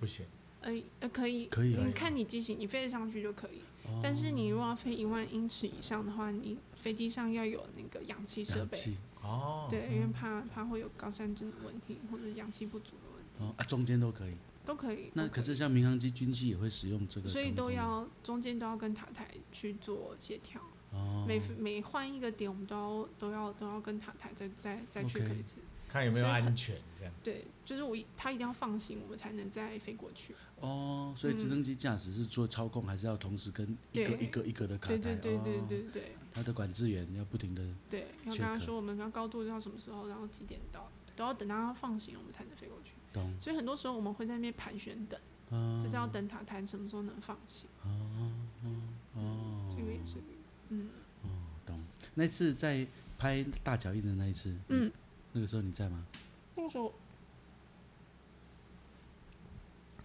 [SPEAKER 4] 不行，
[SPEAKER 1] 呃呃，可以，
[SPEAKER 3] 可以啊
[SPEAKER 1] 你看你机型，你飞得上去就可以。
[SPEAKER 3] 哦
[SPEAKER 1] 但是你如果要飞一万英尺以上的话，你飞机上要有那个氧气设
[SPEAKER 3] 氧
[SPEAKER 1] 备，
[SPEAKER 3] 气嗯
[SPEAKER 4] 哦，
[SPEAKER 1] 对，因为怕怕会有高山症的问题，或者氧气不足的问题，
[SPEAKER 3] 哦啊，中间都可以。
[SPEAKER 1] 都可以。
[SPEAKER 3] 那
[SPEAKER 1] 都
[SPEAKER 3] 可
[SPEAKER 1] 以
[SPEAKER 3] 是像民航机、军机也会使用这个东西，
[SPEAKER 1] 所以都要中间都要跟塔台去做协调，
[SPEAKER 3] 哦，
[SPEAKER 1] 每每换一个点，我们都要都要都要跟塔台再再再去
[SPEAKER 3] OK
[SPEAKER 1] 推一次。
[SPEAKER 4] 看有没有
[SPEAKER 1] 所以很
[SPEAKER 4] 安全这样。
[SPEAKER 1] 对，就是我一他一定要放心，我们才能再飞过去。
[SPEAKER 3] 哦，所以直升机驾驶是做操控，还是要同时跟一个
[SPEAKER 1] 嗯对
[SPEAKER 3] 一个一个的卡带？
[SPEAKER 1] 对对对对对
[SPEAKER 3] 哦，
[SPEAKER 1] 对
[SPEAKER 3] 它的管制员要不停的。
[SPEAKER 1] 对，要跟
[SPEAKER 3] Check
[SPEAKER 1] 他说我们刚高度要什么时候，然后几点到，都要等到他放行，我们才能飞过去。
[SPEAKER 3] 懂，
[SPEAKER 1] 所以很多时候我们会在那边盘旋等，
[SPEAKER 3] 啊
[SPEAKER 1] 就是要等塔台什么时候能放行。
[SPEAKER 3] 哦
[SPEAKER 1] 这个也是，嗯，
[SPEAKER 3] 哦，懂。那次在拍大脚印的那一次，
[SPEAKER 1] 嗯
[SPEAKER 3] 你，那个时候你在吗？
[SPEAKER 1] 那个时候。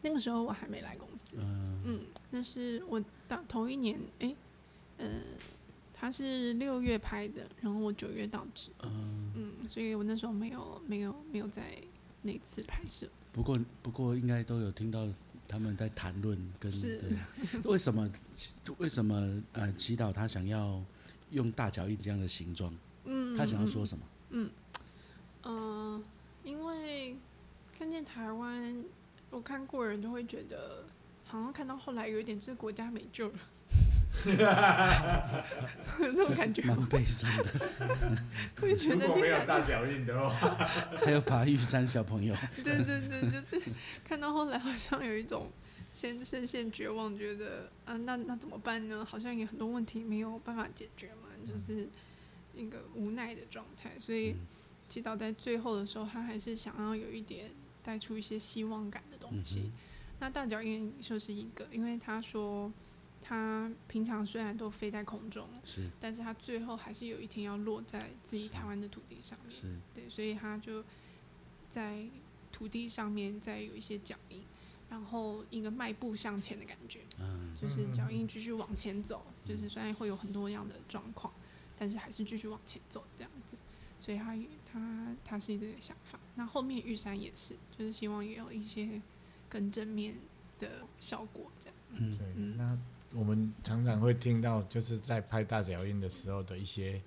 [SPEAKER 1] 那个时候我还没来公司，
[SPEAKER 3] 嗯，
[SPEAKER 1] 嗯，那是我到头一年，哎、嗯，呃，他是六月拍的，然后我九月到职，
[SPEAKER 3] 嗯，
[SPEAKER 1] 嗯，所以我那时候没有没有没有在那次拍摄，
[SPEAKER 3] 不过不过应该都有听到他们在谈论跟
[SPEAKER 1] 是
[SPEAKER 3] 对为什么为什么呃祈祷他想要用大脚印这样的形状，
[SPEAKER 1] 嗯，
[SPEAKER 3] 他想要说什么？
[SPEAKER 1] 嗯，呃因为看见台湾，我看过的人都会觉得，好像看到后来有一点这个国家没
[SPEAKER 3] <laughs>
[SPEAKER 1] 救了， <laughs> 这种嗯感觉
[SPEAKER 3] 蛮悲伤的。 <laughs>
[SPEAKER 1] 会觉
[SPEAKER 4] 如
[SPEAKER 1] 得
[SPEAKER 4] 果没
[SPEAKER 1] 天啊
[SPEAKER 4] 有
[SPEAKER 1] 哪
[SPEAKER 4] 大脚印的话，
[SPEAKER 3] 还有爬玉山小朋友，
[SPEAKER 1] 对对对，就是 <laughs> 看到后来好像有一种先深陷绝望，觉得啊，那那怎么办呢？好像有很多问题没有办法解决嘛，
[SPEAKER 3] 嗯
[SPEAKER 1] 就是一个无奈的状态。所以祈祷在最后的时候，他还是想要有一点带出一些希望感的东西。
[SPEAKER 3] 嗯
[SPEAKER 1] 那大脚印就是一个，因为他说他平常虽然都飞在空中，
[SPEAKER 3] 是
[SPEAKER 1] 但是他最后还是有一天要落在自己
[SPEAKER 3] 是
[SPEAKER 1] 台湾的土地上面。
[SPEAKER 3] 是，
[SPEAKER 1] 对，所以他就在土地上面再有一些脚印，然后一个迈步向前的感觉，
[SPEAKER 3] 嗯，
[SPEAKER 1] 就是脚印继续往前走，就是虽然会有很多样的状况，但是还是继续往前走这样子。所以他也他他是这个想法。那后面玉山也是，就是希望也有一些更正面的效果这样。
[SPEAKER 4] <laughs>
[SPEAKER 3] 嗯
[SPEAKER 4] 对，
[SPEAKER 1] 嗯
[SPEAKER 4] 那我们常常会听到，就是在拍大脚印的时候的一些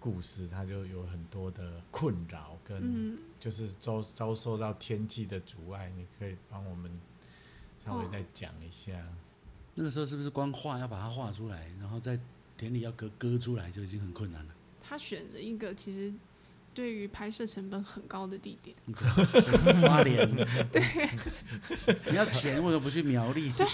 [SPEAKER 4] 故事，它就有很多的困扰跟
[SPEAKER 1] 嗯，
[SPEAKER 4] 就是遭遭受到天气的阻碍，你可以帮我们稍
[SPEAKER 1] 哦
[SPEAKER 4] 微再讲一下。
[SPEAKER 3] 那个时候是不是光画要把它画出来，然后在田里要割割出来就已经很困难
[SPEAKER 1] <laughs>
[SPEAKER 3] 了？
[SPEAKER 1] 他选了一个其实对于拍摄成本很高的地点。
[SPEAKER 3] 花莲，对， <laughs> 你要田为什么不去苗栗？对，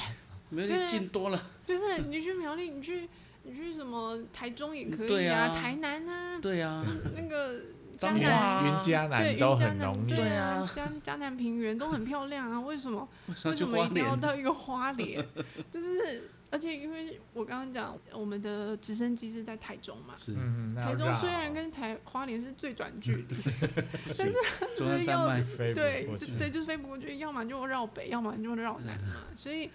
[SPEAKER 3] 苗栗近多了，
[SPEAKER 1] 对不对？你去苗栗，你去你去什么台中也可以
[SPEAKER 3] 对啊
[SPEAKER 1] 台南啊，
[SPEAKER 3] 对啊，
[SPEAKER 1] 那个江
[SPEAKER 3] 彰
[SPEAKER 4] 云
[SPEAKER 1] 南。
[SPEAKER 3] 化
[SPEAKER 4] 云嘉
[SPEAKER 1] 对，
[SPEAKER 4] 南
[SPEAKER 1] 云
[SPEAKER 4] 都
[SPEAKER 1] 嘉
[SPEAKER 4] 很
[SPEAKER 1] 南
[SPEAKER 4] 容易，
[SPEAKER 1] 对
[SPEAKER 3] 对
[SPEAKER 1] 啊
[SPEAKER 3] 啊，
[SPEAKER 1] 江江南平原都很漂亮啊，为什
[SPEAKER 4] <laughs>
[SPEAKER 1] 么？
[SPEAKER 3] 为什
[SPEAKER 1] 为
[SPEAKER 3] 么去
[SPEAKER 1] 什么
[SPEAKER 3] 花
[SPEAKER 1] 一定要
[SPEAKER 3] 莲？
[SPEAKER 1] 到一个花莲？ <laughs> 就是，而且因为我刚刚讲，我们的直升机是在台中嘛，
[SPEAKER 3] 是，
[SPEAKER 4] 嗯，那
[SPEAKER 1] 台
[SPEAKER 4] 要
[SPEAKER 1] 中虽
[SPEAKER 4] 绕
[SPEAKER 1] 然跟台花莲是最短距离，
[SPEAKER 3] 不行，中央
[SPEAKER 1] <laughs>
[SPEAKER 3] 山脉，
[SPEAKER 4] 飞
[SPEAKER 1] 对
[SPEAKER 4] 不过
[SPEAKER 1] 就
[SPEAKER 4] 去，
[SPEAKER 1] 对，就是飞不过去，要么就绕北，要么就绕南嘛。
[SPEAKER 4] 嗯
[SPEAKER 1] 所以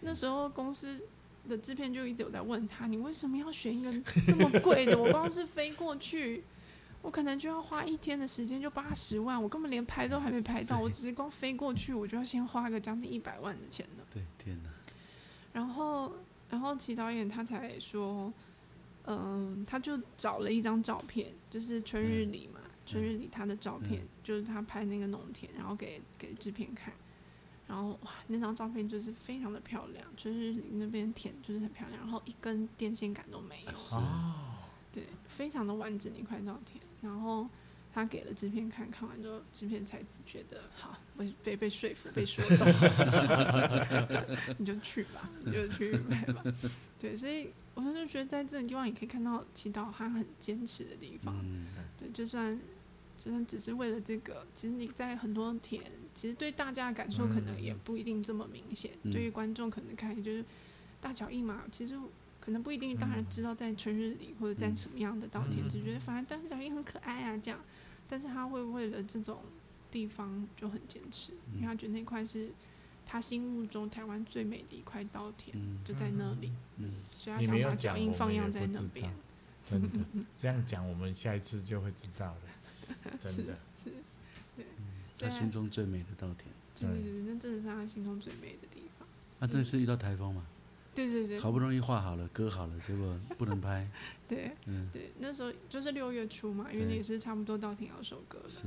[SPEAKER 1] 那时候公司的制片就一直有在问他，你为什么要选一个这么贵的？我光是飞过去，我可能就要花一天的时间就八十万，我根本连拍都还没拍到，我只是光飞过去，我就要先花个将近一百万的钱了。
[SPEAKER 3] 对，天哪，
[SPEAKER 1] 然后，然后齐导演他才说，嗯，他就找了一张照片，就是春日里嘛，春日里他的照片、就是他拍那个农田，然后给给制片看，然后哇，那张照片就是非常的漂亮，春日里那边田就是很漂亮，然后一根电线杆都没有，
[SPEAKER 4] 哦，
[SPEAKER 1] 对，非常的完整一块照片，然后。他给了制片看，看完之后，制片才觉得好，被被被说服，被说动， <laughs> 你就去吧，你就去拍吧。对，所以我就觉得在这种地方也可以看到祈祷他很坚持的地方。
[SPEAKER 3] 嗯，
[SPEAKER 1] 对，就算就算只是为了这个，其实你在很多田，其实对大家的感受可能也
[SPEAKER 4] 嗯
[SPEAKER 1] 不一定这么明显，
[SPEAKER 3] 嗯
[SPEAKER 1] 对于观众可能看就是大脚印嘛，其实。可能不一定，当然知道在春日里或者在什么样的稻田，
[SPEAKER 4] 嗯
[SPEAKER 1] 只觉得反正大脚印很可爱啊这样。但是他会为了这种地方就很坚持，因
[SPEAKER 4] 嗯
[SPEAKER 1] 为他觉得那块是他心目中台湾最美的一块稻田，就在那里，
[SPEAKER 3] 嗯
[SPEAKER 1] 所以他
[SPEAKER 4] 你没
[SPEAKER 1] 想
[SPEAKER 4] 有
[SPEAKER 1] 把脚
[SPEAKER 4] 讲
[SPEAKER 1] 印
[SPEAKER 4] 我
[SPEAKER 1] 放
[SPEAKER 4] 们也
[SPEAKER 1] 养在
[SPEAKER 4] 不
[SPEAKER 1] 那
[SPEAKER 4] 知
[SPEAKER 1] 边
[SPEAKER 4] 道。真的，这样讲我们下一次就会知
[SPEAKER 1] <laughs>
[SPEAKER 4] 道了，真的。
[SPEAKER 1] 对
[SPEAKER 3] 他
[SPEAKER 1] 啊
[SPEAKER 3] 心中最美的稻
[SPEAKER 1] 对
[SPEAKER 3] 田。
[SPEAKER 1] 对对，那真的是他心中最美的地方。
[SPEAKER 3] 啊，那是遇到台风嘛，
[SPEAKER 1] 对嗯对对，
[SPEAKER 3] 好不容易画好了，割好了，结果不
[SPEAKER 1] <laughs>
[SPEAKER 3] 能拍，
[SPEAKER 1] 对
[SPEAKER 3] 嗯，
[SPEAKER 1] 对，那时候就是六月初嘛，因为
[SPEAKER 3] 对
[SPEAKER 1] 也是差不多稻田要收割了。
[SPEAKER 3] 是，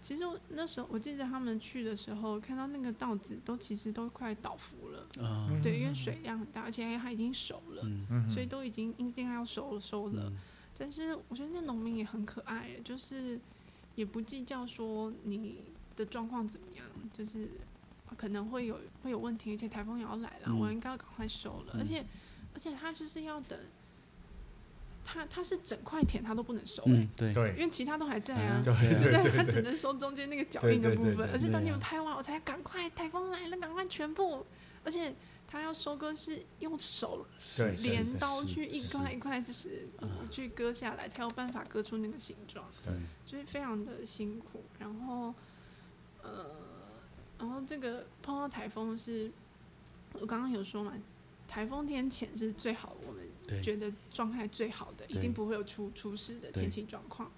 [SPEAKER 1] 其实我那时候我记得他们去的时候，看到那个稻子都其实都快倒伏了，
[SPEAKER 3] 啊，
[SPEAKER 4] 嗯
[SPEAKER 1] 对，因为水量很大，而且它已经熟了，
[SPEAKER 3] 嗯
[SPEAKER 4] 嗯
[SPEAKER 1] 所以都已经应该要熟了收了。
[SPEAKER 3] 嗯，
[SPEAKER 1] 但是我觉得那农民也很可爱耶，就是也不计较说你的状况怎么样，就是可能会有会有问题，而且台风也要来了，
[SPEAKER 3] 嗯
[SPEAKER 1] 我应该要赶快收了。
[SPEAKER 3] 嗯
[SPEAKER 1] 而且而且他就是要等，他他是整块田他都不能收哎、
[SPEAKER 3] 嗯，对，嗯
[SPEAKER 1] 因
[SPEAKER 4] 对
[SPEAKER 1] 为其他都还在啊。 <laughs>
[SPEAKER 4] 对对
[SPEAKER 1] 对，
[SPEAKER 4] 对
[SPEAKER 1] 他
[SPEAKER 4] 对
[SPEAKER 1] 只
[SPEAKER 4] 对，
[SPEAKER 1] 能收中间那个脚
[SPEAKER 4] 对
[SPEAKER 1] 印的
[SPEAKER 4] 对
[SPEAKER 1] 部
[SPEAKER 4] 对
[SPEAKER 1] 分，
[SPEAKER 4] 对
[SPEAKER 1] 而且
[SPEAKER 3] 对
[SPEAKER 1] 等你
[SPEAKER 3] 啊
[SPEAKER 1] 们拍完，我才赶快，台风来了，赶快全部。而且他要收割是用手
[SPEAKER 4] 对
[SPEAKER 3] 哎是
[SPEAKER 1] 镰
[SPEAKER 4] 的
[SPEAKER 1] 刀
[SPEAKER 3] 是
[SPEAKER 1] 去一
[SPEAKER 3] 是啊
[SPEAKER 1] 块一块，就是呃去割下来，才有办法割出那个形状，
[SPEAKER 3] 对，
[SPEAKER 1] 所以非常的辛苦。然后，呃，然后这个碰到台风是，我刚刚有说嘛，台风天前是最好，我们
[SPEAKER 3] 对
[SPEAKER 1] 觉得状态最好的，一
[SPEAKER 3] 对
[SPEAKER 1] 定不会有出出事的
[SPEAKER 3] 对
[SPEAKER 1] 天气状况。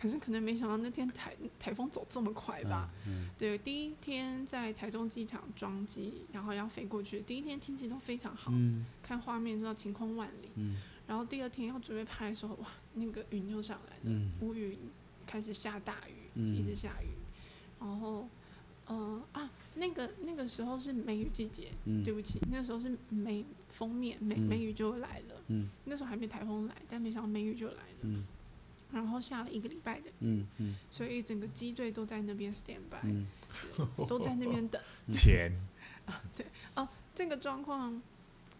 [SPEAKER 1] 可是可能没想到那天台台风走这么快吧，
[SPEAKER 3] 嗯，
[SPEAKER 1] 对，第一天在台中机场装机，然后要飞过去。第一天天气都非常好，
[SPEAKER 3] 嗯
[SPEAKER 1] 看画面知道晴空万里。
[SPEAKER 3] 嗯
[SPEAKER 1] 然后第二天要准备拍的时候，哇，那个云又上来了，
[SPEAKER 3] 嗯
[SPEAKER 1] 乌云开始下大雨，
[SPEAKER 3] 嗯
[SPEAKER 1] 一直下雨。然后，呃啊，那个那个时候是梅雨季节，
[SPEAKER 3] 嗯，
[SPEAKER 1] 对不起，那时候是梅封面梅
[SPEAKER 3] 嗯
[SPEAKER 1] 梅雨就来了。
[SPEAKER 3] 嗯
[SPEAKER 1] 那时候还没台风来，但没想到梅雨就来了。
[SPEAKER 3] 嗯
[SPEAKER 1] 然后下了一个礼拜的雨，
[SPEAKER 3] 嗯嗯
[SPEAKER 1] 所以整个机队都在那边 stand by，、
[SPEAKER 3] 嗯，
[SPEAKER 1] 都在那边
[SPEAKER 3] <laughs>
[SPEAKER 1] 等。
[SPEAKER 4] 钱
[SPEAKER 1] 这个状况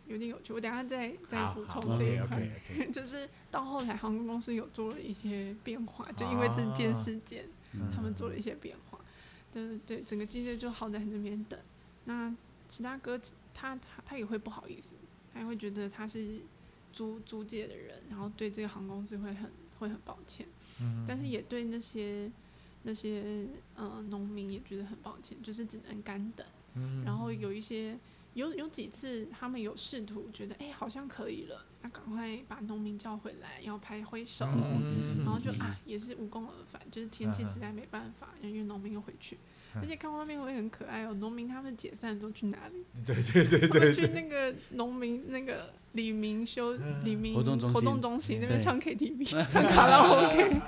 [SPEAKER 1] 有点有趣，我等一下再再
[SPEAKER 4] 好
[SPEAKER 1] 补
[SPEAKER 4] 好
[SPEAKER 1] 充这一
[SPEAKER 4] OK
[SPEAKER 1] 块。
[SPEAKER 4] OK OK，
[SPEAKER 1] 就是到后来，航空公司有做了一些变化，就因为这件事件，
[SPEAKER 3] 嗯
[SPEAKER 1] 他们做了一些变化。对对对，整个机队就耗在那边等。那其他哥他他他也会不好意思，他也会觉得他是租租借的人，然后对这个航空公司会很会很抱歉。
[SPEAKER 4] 嗯
[SPEAKER 1] 但是也对那些那些呃农民也觉得很抱歉，就是只能干等。
[SPEAKER 4] 嗯
[SPEAKER 1] 然后有一些有有几次他们有试图觉得哎、好像可以了，那赶快把农民叫回来，要拍挥手，
[SPEAKER 4] 嗯
[SPEAKER 1] 然后就啊也是无功而返，就是天气实在没办法，因为农民又回去。
[SPEAKER 4] 嗯
[SPEAKER 1] 而且看画面会很可爱哦，农民他们解散都去哪里？
[SPEAKER 4] 嗯对对对
[SPEAKER 1] 他
[SPEAKER 4] 对嗯
[SPEAKER 1] 们去那个农民那个李明修李明
[SPEAKER 3] 活动中心
[SPEAKER 1] 活动中心那边
[SPEAKER 3] 对
[SPEAKER 1] 唱
[SPEAKER 3] <laughs>
[SPEAKER 1] KTV 唱卡拉 OK。 <laughs>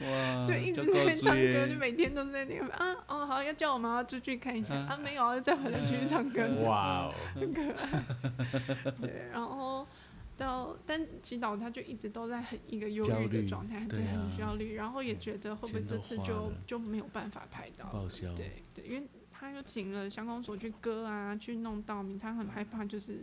[SPEAKER 3] 哇，
[SPEAKER 1] 对，一直在那边唱歌，就每天都在那边啊，哦，好，要叫我妈妈出去看一下啊，没有啊，再回来继续唱歌，
[SPEAKER 3] 嗯
[SPEAKER 4] 对，哇哦，
[SPEAKER 1] 很可爱。对，然后到但祈祷他就一直都在很一个忧郁
[SPEAKER 3] 焦虑
[SPEAKER 1] 的状态，
[SPEAKER 3] 对啊
[SPEAKER 1] 很焦虑，然后也觉得会不会
[SPEAKER 3] 钱
[SPEAKER 1] 这
[SPEAKER 3] 都
[SPEAKER 1] 次
[SPEAKER 3] 花
[SPEAKER 1] 就
[SPEAKER 3] 了哦
[SPEAKER 1] 就没有办法拍到
[SPEAKER 3] 报
[SPEAKER 1] 了
[SPEAKER 3] 销
[SPEAKER 1] 对对，因为他又请了乡公所去割啊，去弄稻米，他很害怕就是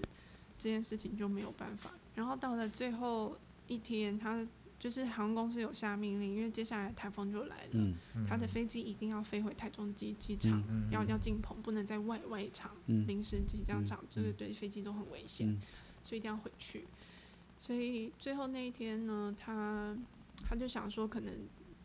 [SPEAKER 1] 这件事情就没有办法。然后到了最后一天，他就是航空公司有下命令，因为接下来台风就来了，
[SPEAKER 3] 嗯
[SPEAKER 1] <laughs> 他的飞机一定要飞回台中机机场，
[SPEAKER 4] 嗯
[SPEAKER 1] 要要进棚，不能在外外场、
[SPEAKER 3] 嗯
[SPEAKER 1] 临时机场场，这个
[SPEAKER 3] 嗯
[SPEAKER 1] 对飞机都很危险，
[SPEAKER 3] 嗯
[SPEAKER 1] 所以一定要回去。所以最后那一天呢，他他就想说，可能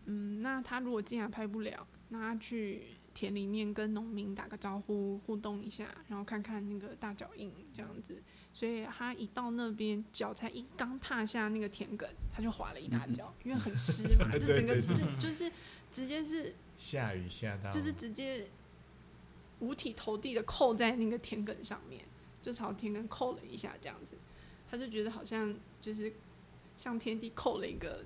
[SPEAKER 1] 嗯，那他如果既然拍不了，那他去田里面跟农民打个招呼，互动一下，然后看看那个大脚印这样子。所以他一到那边，脚才一刚踏下那个田埂，他就滑了一大
[SPEAKER 3] 嗯
[SPEAKER 1] 跤，因为很湿
[SPEAKER 3] <laughs>
[SPEAKER 1] 嘛，就整个是就是直接是
[SPEAKER 4] 下雨下到
[SPEAKER 3] 嗯
[SPEAKER 1] 就是直接五体投地的扣在那个田埂上面，就朝田埂扣了一下，这样子，他就觉得好像就是向天地扣了一个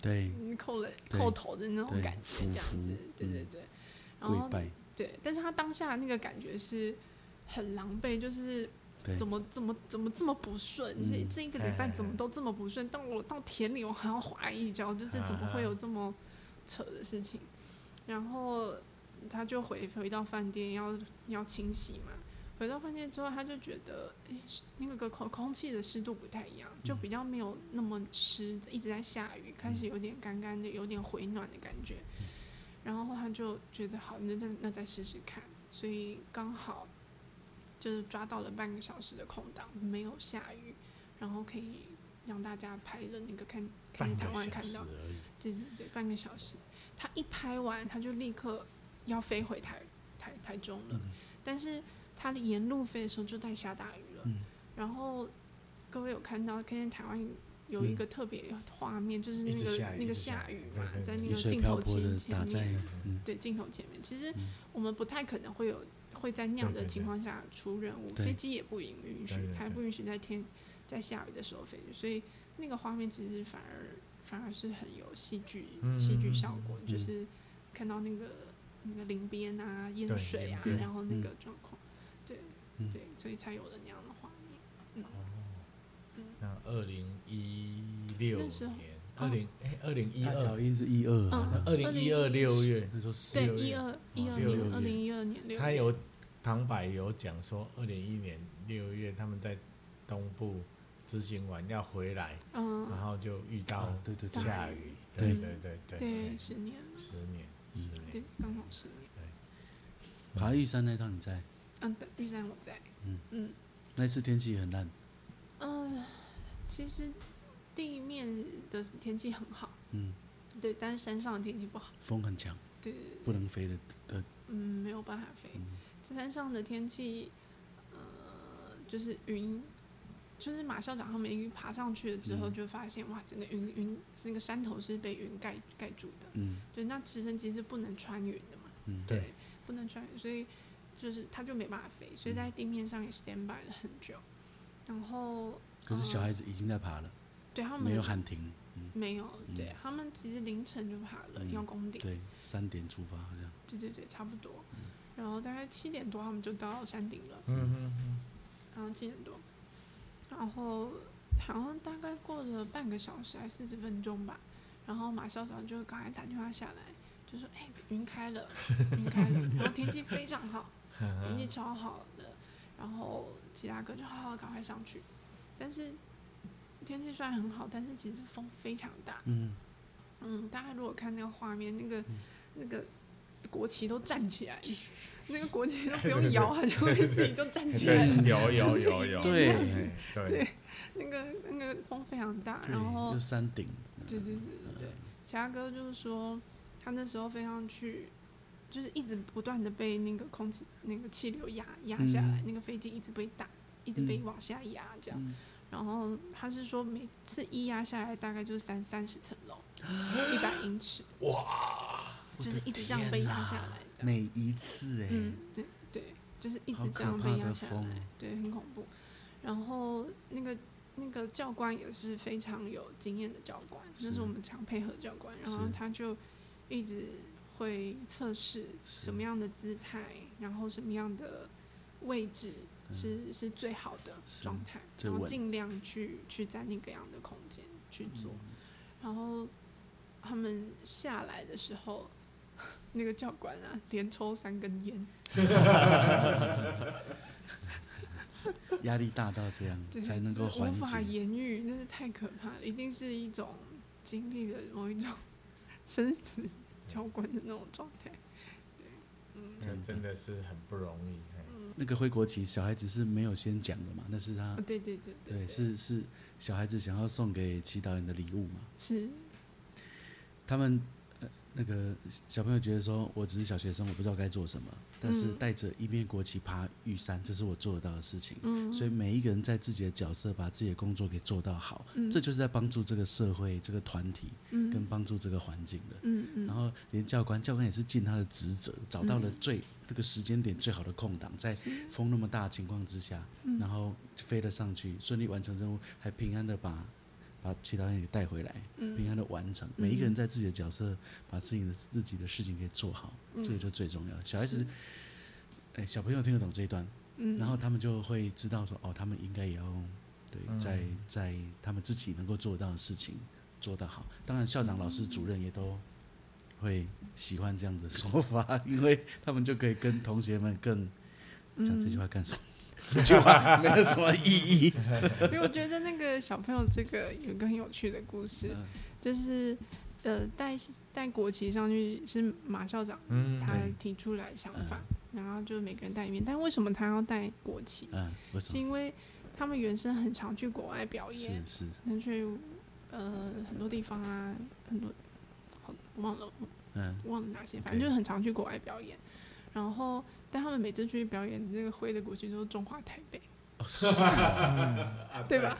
[SPEAKER 3] 对，
[SPEAKER 1] 嗯扣了
[SPEAKER 3] 对
[SPEAKER 1] 扣头的那种
[SPEAKER 3] 对
[SPEAKER 1] 感觉，
[SPEAKER 3] 匍
[SPEAKER 1] 这样子
[SPEAKER 3] 匐，
[SPEAKER 1] 对对
[SPEAKER 3] 嗯
[SPEAKER 1] 对。然
[SPEAKER 3] 跪
[SPEAKER 1] 后
[SPEAKER 3] 拜，
[SPEAKER 1] 对，但是他当下那个感觉是很狼狈，就是
[SPEAKER 3] 对
[SPEAKER 1] 怎么怎么怎么这么不顺，就是
[SPEAKER 3] 嗯
[SPEAKER 1] 这一个礼
[SPEAKER 4] 哎哎
[SPEAKER 1] 拜
[SPEAKER 4] 哎
[SPEAKER 1] 怎么都这么不顺，但我到田里我还要滑一跤，就是怎
[SPEAKER 4] 啊
[SPEAKER 1] 么会有这么扯的事情？然后他就回回到饭店要要清洗嘛，回到饭店之后他就觉得，哎，是那个空空气的湿度不太一样，
[SPEAKER 4] 嗯
[SPEAKER 1] 就比较没有那么湿，一直在下雨，开始有点干干的，有点回暖的感觉。
[SPEAKER 4] 嗯
[SPEAKER 1] 然后他就觉得好，那再那再试试看，所以刚好就是抓到了半个小时的空档，没有下雨，然后可以让大家拍了那个看看
[SPEAKER 4] 半
[SPEAKER 1] 着
[SPEAKER 4] 个
[SPEAKER 1] 台湾
[SPEAKER 4] 小
[SPEAKER 1] 看
[SPEAKER 4] 时
[SPEAKER 1] 到，
[SPEAKER 4] 而已。
[SPEAKER 1] 对对对，半个小时。他一拍完，他就立刻要飞回台台台中
[SPEAKER 4] 嗯
[SPEAKER 1] 了。但是他沿路飞的时候就在下大雨
[SPEAKER 4] 嗯
[SPEAKER 1] 了。然后各位有看到，看见台湾有一个特别画面，就是那
[SPEAKER 4] 嗯一直
[SPEAKER 1] 个
[SPEAKER 4] 下雨
[SPEAKER 1] 那个
[SPEAKER 4] 一直下
[SPEAKER 1] 下
[SPEAKER 4] 雨
[SPEAKER 1] 雨嘛，
[SPEAKER 4] 对对
[SPEAKER 1] 在
[SPEAKER 4] 对
[SPEAKER 1] 那
[SPEAKER 3] 雨
[SPEAKER 1] 个
[SPEAKER 3] 水
[SPEAKER 1] 镜
[SPEAKER 3] 漂
[SPEAKER 1] 头
[SPEAKER 3] 泊
[SPEAKER 1] 前
[SPEAKER 3] 的打
[SPEAKER 1] 前
[SPEAKER 3] 在
[SPEAKER 1] 面，
[SPEAKER 3] 嗯
[SPEAKER 1] 对镜头前面。其实我们不太可能会有会在那样
[SPEAKER 4] 嗯对对
[SPEAKER 1] 的
[SPEAKER 4] 对
[SPEAKER 1] 情况下出任务，
[SPEAKER 3] 对
[SPEAKER 1] 飞机也不允允许
[SPEAKER 4] 对对，对
[SPEAKER 1] 它不允许在天在下雨的时候飞，所以那个画面其实反而反而是很有戏剧
[SPEAKER 4] 嗯
[SPEAKER 1] 戏剧效果，
[SPEAKER 3] 嗯
[SPEAKER 1] 就是看到那个那个林边啊、淹
[SPEAKER 4] 对
[SPEAKER 1] 水啊
[SPEAKER 4] 林，边嗯
[SPEAKER 1] 然后那个状况，对
[SPEAKER 3] 嗯
[SPEAKER 1] 对，所以才有了那样的画面。
[SPEAKER 4] 那二零一六
[SPEAKER 1] 那时候
[SPEAKER 4] 年，二零哎二零一
[SPEAKER 3] 大
[SPEAKER 4] 二
[SPEAKER 3] 脚，印是一二，
[SPEAKER 1] 嗯
[SPEAKER 4] 二零一二六月，
[SPEAKER 3] 那时候四
[SPEAKER 1] 对，
[SPEAKER 4] 六月哦
[SPEAKER 1] 一二一二
[SPEAKER 4] 六
[SPEAKER 1] 年，
[SPEAKER 4] 月
[SPEAKER 1] 二零一二年六月，
[SPEAKER 4] 他有旁白有讲说，二零一年六月他们在东部执行完要回来，然
[SPEAKER 1] 嗯，
[SPEAKER 4] 后就遇到
[SPEAKER 3] 啊，对对对，
[SPEAKER 4] 下雨，
[SPEAKER 3] 对
[SPEAKER 4] 对对对对
[SPEAKER 1] 对，，十年了，
[SPEAKER 4] 十年十
[SPEAKER 1] 对
[SPEAKER 4] 年，，
[SPEAKER 1] 刚好十年。
[SPEAKER 3] 爬玉山那一趟你在，
[SPEAKER 1] 嗯，玉山我在，
[SPEAKER 3] 嗯
[SPEAKER 1] 嗯。
[SPEAKER 3] 那次天气很烂，
[SPEAKER 1] 嗯，其实地面的天气很好，
[SPEAKER 3] 嗯，
[SPEAKER 1] 对，但是山上的天气不好，
[SPEAKER 3] 风很强，
[SPEAKER 1] 对，对对
[SPEAKER 3] 不能飞的的，
[SPEAKER 1] 嗯，没有办法飞。
[SPEAKER 3] 嗯
[SPEAKER 1] 这山上的天气，呃，就是云，就是马校长他们一爬上去了之
[SPEAKER 3] 嗯
[SPEAKER 1] 后，就发现、哇，整个云云那个山头是被云盖盖住的，
[SPEAKER 3] 嗯，
[SPEAKER 1] 对，那直升机是不能穿云的嘛，
[SPEAKER 3] 嗯
[SPEAKER 4] 对
[SPEAKER 1] 不能穿云，所以就是它就没办法飞，所
[SPEAKER 3] 嗯
[SPEAKER 1] 以在地面上也 stand by 了很久，然后
[SPEAKER 3] 可是小
[SPEAKER 1] 呃
[SPEAKER 3] 孩子已经在爬了，
[SPEAKER 1] 对他们
[SPEAKER 3] 没有喊停，
[SPEAKER 1] 没有，对他们其实凌晨就爬了，
[SPEAKER 3] 嗯
[SPEAKER 1] 要攻顶，
[SPEAKER 3] 对，嗯三点出发好像，
[SPEAKER 1] 对对对，差不多。然后大概七点多他们就到山顶了，
[SPEAKER 4] 嗯哼哼，
[SPEAKER 1] 然后七点多，然后好像大概过了半个小时还四十分钟吧，然后马校长就赶快打电话下来，就说：“哎，云开
[SPEAKER 3] <laughs>
[SPEAKER 1] 了，云开了，然后天气非常好，天气超好的。”然后其他哥就好好赶快上去，但是天气虽然很好，但是其实风非常大，
[SPEAKER 3] 嗯，
[SPEAKER 1] 嗯，大家如果看那个画面，那个、
[SPEAKER 4] 嗯
[SPEAKER 1] 那个国旗都站起来， <laughs> 那个国旗都不用摇，它就会自己就站起来了。
[SPEAKER 4] 对，有有有有，
[SPEAKER 3] 对
[SPEAKER 4] 对
[SPEAKER 1] 对那个那个风非常大，然后
[SPEAKER 3] 就山顶，
[SPEAKER 1] 对对对对对，其他哥就是说，他那时候飞上去，就是一直不断的被那个空气那个气流压压下来，那个飞机一直被打，一直被往下压这样。
[SPEAKER 3] 嗯
[SPEAKER 1] 然后他是说，每次一压下来大概就是三三十层楼，一百英尺，
[SPEAKER 4] 哇，
[SPEAKER 1] 就是一直这样被压下来这样。
[SPEAKER 3] 每一次哎，
[SPEAKER 1] 嗯，对对，就是一直这样被压下
[SPEAKER 3] 好可怕的风哦
[SPEAKER 1] 来，对，很恐怖。然后那个那个教官也是非常有经验的教官，那
[SPEAKER 3] 是
[SPEAKER 1] 是我们常配合的教官，然后
[SPEAKER 3] 是
[SPEAKER 1] 他就一直会测试
[SPEAKER 3] 是
[SPEAKER 1] 什么样的姿态，然后什么样的位置是、是最好的
[SPEAKER 3] 嗯是
[SPEAKER 1] 状态，
[SPEAKER 3] 最
[SPEAKER 1] 然后
[SPEAKER 3] 稳
[SPEAKER 1] 尽量去去在那个样的空间去做，
[SPEAKER 3] 嗯
[SPEAKER 1] 然后他们下来的时候，那个教官啊，连抽三根烟， <laughs>
[SPEAKER 3] 压力大到这样
[SPEAKER 1] 对
[SPEAKER 3] 才能够
[SPEAKER 1] 就是
[SPEAKER 3] 缓
[SPEAKER 1] 无法
[SPEAKER 3] 解，
[SPEAKER 1] 言喻，真是太可怕了，一定是一种经历了某一种生死交关的那种状态。嗯
[SPEAKER 4] 这真的是很不容易，嘿
[SPEAKER 3] 那个挥国旗小孩子是没有先讲的嘛，那是他
[SPEAKER 1] 啊，，对对对
[SPEAKER 3] 嗯对，
[SPEAKER 1] 对，
[SPEAKER 3] 是是小孩子想要送给祈祷人的礼物嘛，
[SPEAKER 1] 是，
[SPEAKER 3] 他们呃那个小朋友觉得说，我只是小学生，我不知道该做什么，但
[SPEAKER 1] 嗯
[SPEAKER 3] 是带着一面国旗爬玉山，这是我做得到的事情。
[SPEAKER 1] 嗯，
[SPEAKER 3] 所以每一个人在自己的角色，把自己的工作给做到好，
[SPEAKER 1] 嗯
[SPEAKER 3] 这就是在帮助这个社会、这个团体，
[SPEAKER 1] 嗯
[SPEAKER 3] 跟帮助这个环境的。
[SPEAKER 1] 嗯嗯，
[SPEAKER 3] 然后连教官，教官也是尽他的职责，找到了最这个时间点最好的空档，在风那么大的情况之下，
[SPEAKER 1] 嗯
[SPEAKER 3] 然后飞了上去，顺利完成任务，还平安的把把其他人给带回来，
[SPEAKER 1] 嗯
[SPEAKER 3] 平安的完成。嗯每一个人在自己的角色，把自己的自己的事情给做好，这个就最重要。小孩子，哎，小朋友听得懂这一段，
[SPEAKER 1] 嗯
[SPEAKER 3] 然后他们就会知道说，哦，他们应该也要对，
[SPEAKER 4] 嗯
[SPEAKER 3] 在在他们自己能够做到的事情做得好。当然，校长、老师、主任也都会喜欢这样的说法，因为他们就可以跟同学们更讲这句话干什么？这句话没有什么意义。
[SPEAKER 1] 因为我觉得那个小朋友这个有一个很有趣的故事，
[SPEAKER 3] 嗯
[SPEAKER 1] 就是呃带带国旗上去是马校长
[SPEAKER 4] 嗯
[SPEAKER 1] 他
[SPEAKER 3] 对
[SPEAKER 1] 提出来的想法，然后就每个人带一面，但为什么他要带国旗？
[SPEAKER 3] 嗯，为什
[SPEAKER 1] 是
[SPEAKER 3] 么？
[SPEAKER 1] 因为他们原生很常去国外表
[SPEAKER 3] 是
[SPEAKER 1] 演，
[SPEAKER 3] 是，
[SPEAKER 1] 能去呃很多地方啊，很多好忘了 <laughs>
[SPEAKER 3] 嗯
[SPEAKER 1] 忘了哪些，反
[SPEAKER 3] OK？
[SPEAKER 1] 正就是很常去国外表演。然后，但他们每次去表演，那个挥的国旗都是中华台北，对吧？
[SPEAKER 4] 啊对，啊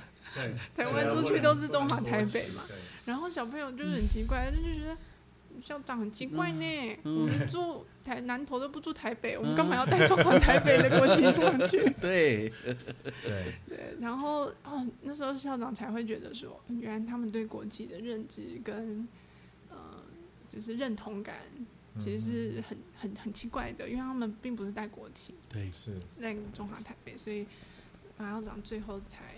[SPEAKER 1] 台湾出去都是中华台北嘛。然后小朋友就是很奇怪，他就觉得校长很奇怪呢，我们住台南头都不住台北，我们干嘛要带中华台北的国旗上去
[SPEAKER 3] 对，
[SPEAKER 4] 对，
[SPEAKER 1] 对， <laughs> 然后哦，那时候校长才会觉得说，原来他们对国旗的认知跟呃，就是认同感。其实是
[SPEAKER 4] 嗯
[SPEAKER 1] 很很很奇怪的，因为他们并不是带国旗，
[SPEAKER 3] 对，
[SPEAKER 4] 是
[SPEAKER 1] 在中华台北，所以马校长最后才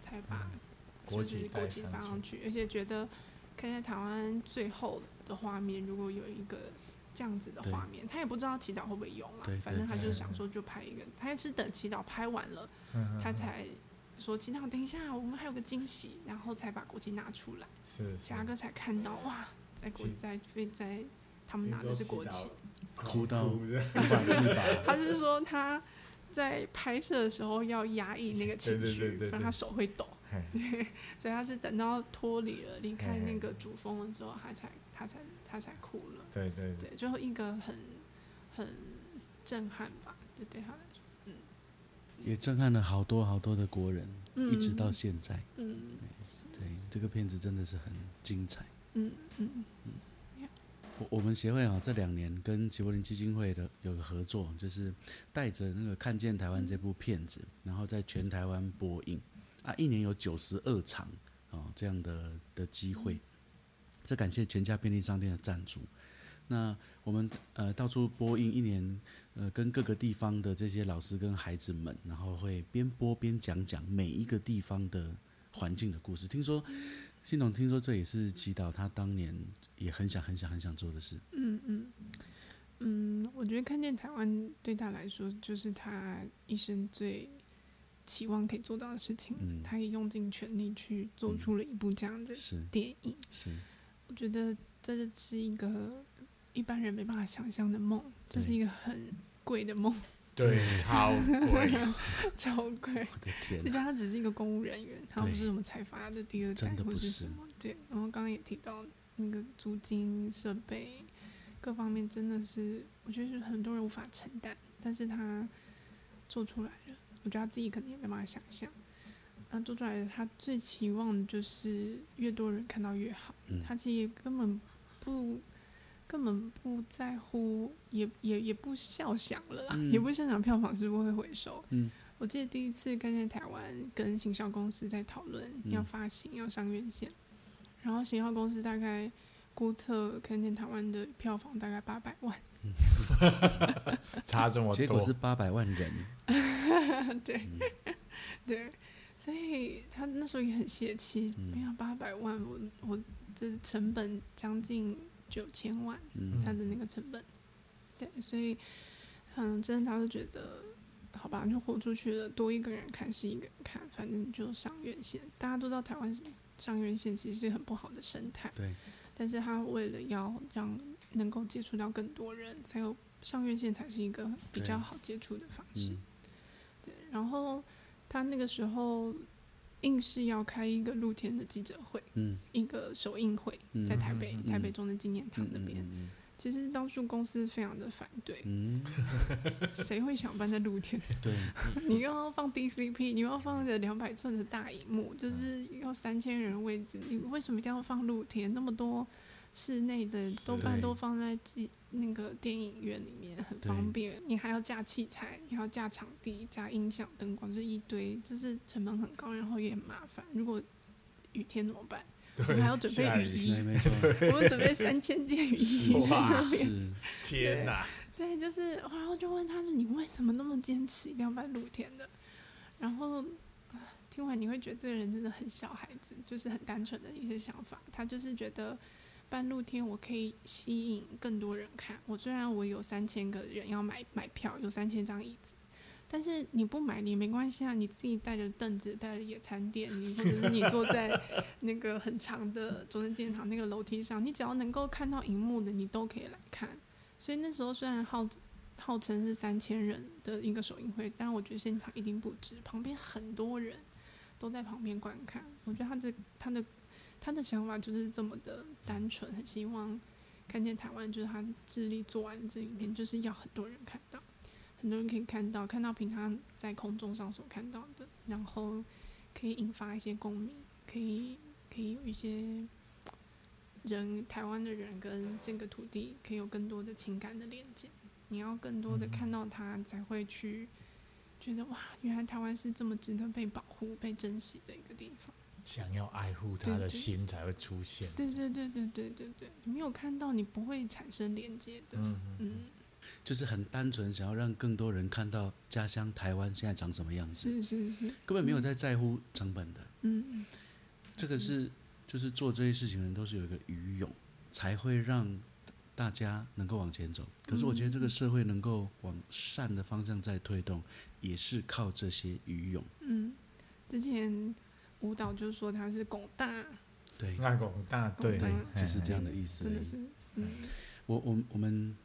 [SPEAKER 1] 才把
[SPEAKER 4] 嗯国
[SPEAKER 1] 就
[SPEAKER 4] 旗
[SPEAKER 1] 是国
[SPEAKER 4] 带
[SPEAKER 1] 旗
[SPEAKER 4] 上
[SPEAKER 1] 放上
[SPEAKER 4] 去，
[SPEAKER 1] 去，而且觉得看在台湾最后的画面，如果有一个这样子的
[SPEAKER 3] 对
[SPEAKER 1] 画面，他也不知道祈祷会不会有嘛
[SPEAKER 3] 对，
[SPEAKER 1] 反
[SPEAKER 3] 对
[SPEAKER 1] 正他就
[SPEAKER 4] 对
[SPEAKER 1] 想说就拍一个，他也是等祈祷拍完了，
[SPEAKER 4] 嗯嗯
[SPEAKER 1] 他
[SPEAKER 4] 嗯
[SPEAKER 1] 才说祈祷等一下，我们还有个惊喜，然后才把国旗拿出来，
[SPEAKER 4] 是
[SPEAKER 1] 霞哥才看到哇，在国
[SPEAKER 4] 嗯其
[SPEAKER 1] 在被在他们拿的是国旗，，
[SPEAKER 3] 哭到
[SPEAKER 4] 是
[SPEAKER 3] 无法自拔。
[SPEAKER 1] 他是说他在拍摄的时候要压抑那个情
[SPEAKER 4] 对对对
[SPEAKER 1] 绪，
[SPEAKER 4] 对
[SPEAKER 1] 不
[SPEAKER 4] 对
[SPEAKER 1] 然他手会抖。
[SPEAKER 4] 嘿
[SPEAKER 1] 所以他是等到脱离了、离开
[SPEAKER 4] 嘿嘿
[SPEAKER 1] 那个主峰了之后，他才、他才、他才哭了。
[SPEAKER 4] 对对对，
[SPEAKER 1] 对，最后一个很、很震撼吧，就对他来说，
[SPEAKER 3] 也震撼了好多好多的国人，
[SPEAKER 1] 嗯
[SPEAKER 3] 一直到现在。
[SPEAKER 1] 嗯
[SPEAKER 3] 对，这个片子真的是很精彩。
[SPEAKER 1] 嗯嗯
[SPEAKER 3] 我我们协会啊，这两年跟齐柏林基金会的有个合作，就是带着那个《看见台湾》这部片子，然后在全台湾播映啊，一年有九十二场哦这样的的机会。这感谢全家便利商店的赞助。那我们呃到处播映一年，呃跟各个地方的这些老师跟孩子们，然后会边播边讲讲每一个地方的环境的故事。听说新董听说这也是祈祷他当年也很想很想很想做的事。
[SPEAKER 1] 嗯嗯嗯，我觉得看见台湾对他来说，就是他一生最期望可以做到的事情。
[SPEAKER 3] 嗯
[SPEAKER 1] 他也用尽全力去做出了一部这样的
[SPEAKER 3] 是
[SPEAKER 1] 电影。
[SPEAKER 3] 是，
[SPEAKER 1] 我觉得这是一个一般人没办法想象的梦，这是
[SPEAKER 3] 对
[SPEAKER 1] 一个很贵的梦， <laughs>
[SPEAKER 4] 对，超贵，
[SPEAKER 1] 超贵。
[SPEAKER 3] 我的
[SPEAKER 1] <laughs>
[SPEAKER 3] 天
[SPEAKER 1] 而且
[SPEAKER 3] 啊、
[SPEAKER 1] 他只是一个公务人员，他不
[SPEAKER 3] 对
[SPEAKER 1] 是什么财阀的第二代
[SPEAKER 3] 真的
[SPEAKER 1] 或
[SPEAKER 3] 不
[SPEAKER 1] 是
[SPEAKER 3] 是
[SPEAKER 1] 什么。对，然后刚刚也提到那个租金、设备各方面，真的是我觉得是很多人无法承担，但是他做出来了，我觉得他自己肯定也没办法想象。他做出来的，他最期望的就是越多人看到越好。
[SPEAKER 3] 嗯
[SPEAKER 1] 他其实也根本不根本不在乎，也也也不笑想了啦，
[SPEAKER 3] 嗯
[SPEAKER 1] 也不想想票房是不是会回收。
[SPEAKER 3] 嗯
[SPEAKER 1] 我记得第一次看见台湾跟行销公司在讨论
[SPEAKER 3] 嗯
[SPEAKER 1] 要发行、要上院线，然后行销公司大概估测看见台湾的票房大概八百万， <laughs>
[SPEAKER 4] 差这么多，
[SPEAKER 3] 结果是八百万人，
[SPEAKER 1] 对、对，所以他那时候也很泄气，
[SPEAKER 3] 嗯
[SPEAKER 1] 没有八百万，我我的成本将近九千万，
[SPEAKER 3] 嗯
[SPEAKER 1] 他的那个成本，对，所以嗯，真的他就觉得。好吧，就豁出去了，多一个人看是一个人看，反正就上院线。大家都知道台湾上院线其实是很不好的生态，
[SPEAKER 3] 对，
[SPEAKER 1] 但是他为了要让能够接触到更多人，才有上院线才是一个比较
[SPEAKER 3] 对
[SPEAKER 1] 好接触的方式。
[SPEAKER 3] 嗯
[SPEAKER 1] 对，然后他那个时候一硬是要开一个露天的记者会，
[SPEAKER 3] 嗯
[SPEAKER 1] 一个首映会，在台北、
[SPEAKER 4] 嗯
[SPEAKER 1] 台北中正纪念堂
[SPEAKER 3] 嗯
[SPEAKER 1] 那边。
[SPEAKER 3] 嗯
[SPEAKER 1] 其实当初公司非常的反对， <laughs>
[SPEAKER 3] 嗯，
[SPEAKER 1] 谁会想办在露天？ <laughs>
[SPEAKER 3] 对，
[SPEAKER 1] 你又要放 DCP，你又要放着两百寸的大荧幕，就是要三千人位置，你为什么一定要放露天？那么多室内的多半
[SPEAKER 3] 对
[SPEAKER 1] 都放在机那个电影院里面，很方便。你还要架器材，你还要架场地、架音响、灯光，就一堆，就是成本很高，然后也很麻烦。如果雨天怎么办？我们还要准
[SPEAKER 4] 下
[SPEAKER 1] 备雨
[SPEAKER 4] 雨
[SPEAKER 1] 衣
[SPEAKER 3] 没，没错，
[SPEAKER 1] 我们准备三千件雨衣
[SPEAKER 3] 是
[SPEAKER 4] <laughs> 哇
[SPEAKER 1] 在那边
[SPEAKER 3] 是，
[SPEAKER 4] 天哪！
[SPEAKER 1] 对，就是，然后就问他说：“你为什么那么坚持一定要办露天的？”然后啊听完你会觉得这个人真的很小孩子，就是很单纯的一些想法。他就是觉得办露天，我可以吸引更多人看。我虽然我有三千个人要买买票，有三千张椅子。但是你不买你也没关系啊，你自己带着凳子，带着野餐垫，你或者是你坐在那个很长的中正纪念堂那个楼梯上，你只要能够看到荧幕的，你都可以来看。所以那时候虽然号号称是三千人的一个首映会，但我觉得现场一定不止，旁边很多人都在旁边观看。我觉得他的他的他的想法就是这么的单纯，很希望看见台湾，就是他致力做完这影片，就是要很多人看到，很多人可以看到，看到平常在空中上所看到的，然后可以引发一些共鸣，可以可以有一些人台湾的人跟这个土地可以有更多的情感的连接。你要更多的看到它，才会去觉得哇，原来台湾是这么值得被保护、被珍惜的一个地方。
[SPEAKER 4] 想要爱护他的心才会出现。
[SPEAKER 1] 对对对对对对对，你没有看到，你不会产生连接的。
[SPEAKER 4] 嗯嗯，
[SPEAKER 1] 嗯，
[SPEAKER 3] 就是很单纯，想要让更多人看到家乡台湾现在长什么样子，
[SPEAKER 1] 是是是，
[SPEAKER 3] 根本没有在在乎成本的。
[SPEAKER 1] 嗯
[SPEAKER 3] 这个是就是做这些事情的人都是有一个余勇，才会让大家能够往前走。可是我觉得这个社会能够往善的方向在推动，也是靠这些余勇。
[SPEAKER 1] 嗯。之前舞蹈就说他是拱大，
[SPEAKER 3] 对
[SPEAKER 4] 爱广大对
[SPEAKER 3] 对
[SPEAKER 1] 嗯，
[SPEAKER 3] 就是这样的意思
[SPEAKER 1] 真。的是，
[SPEAKER 3] <laughs>
[SPEAKER 1] 嗯
[SPEAKER 3] 我我我们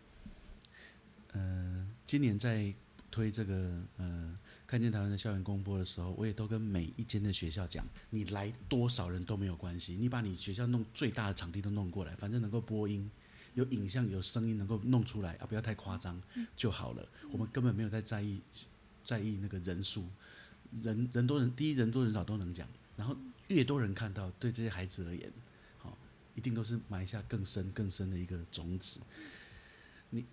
[SPEAKER 3] 呃，今年在推这个呃“看见台湾的校园公播”的时候，我也都跟每一间的学校讲，你来多少人都没有关系，你把你学校弄最大的场地都弄过来，反正能够播音。有影像、有声音能够弄出来啊，不要太夸张
[SPEAKER 1] 嗯
[SPEAKER 3] 就好了。我们根本没有在在意在意那个人数，人人多人第一人多人少都能讲，然后越多人看到，对这些孩子而言，好、一定都是埋下更深更深的一个种子。你，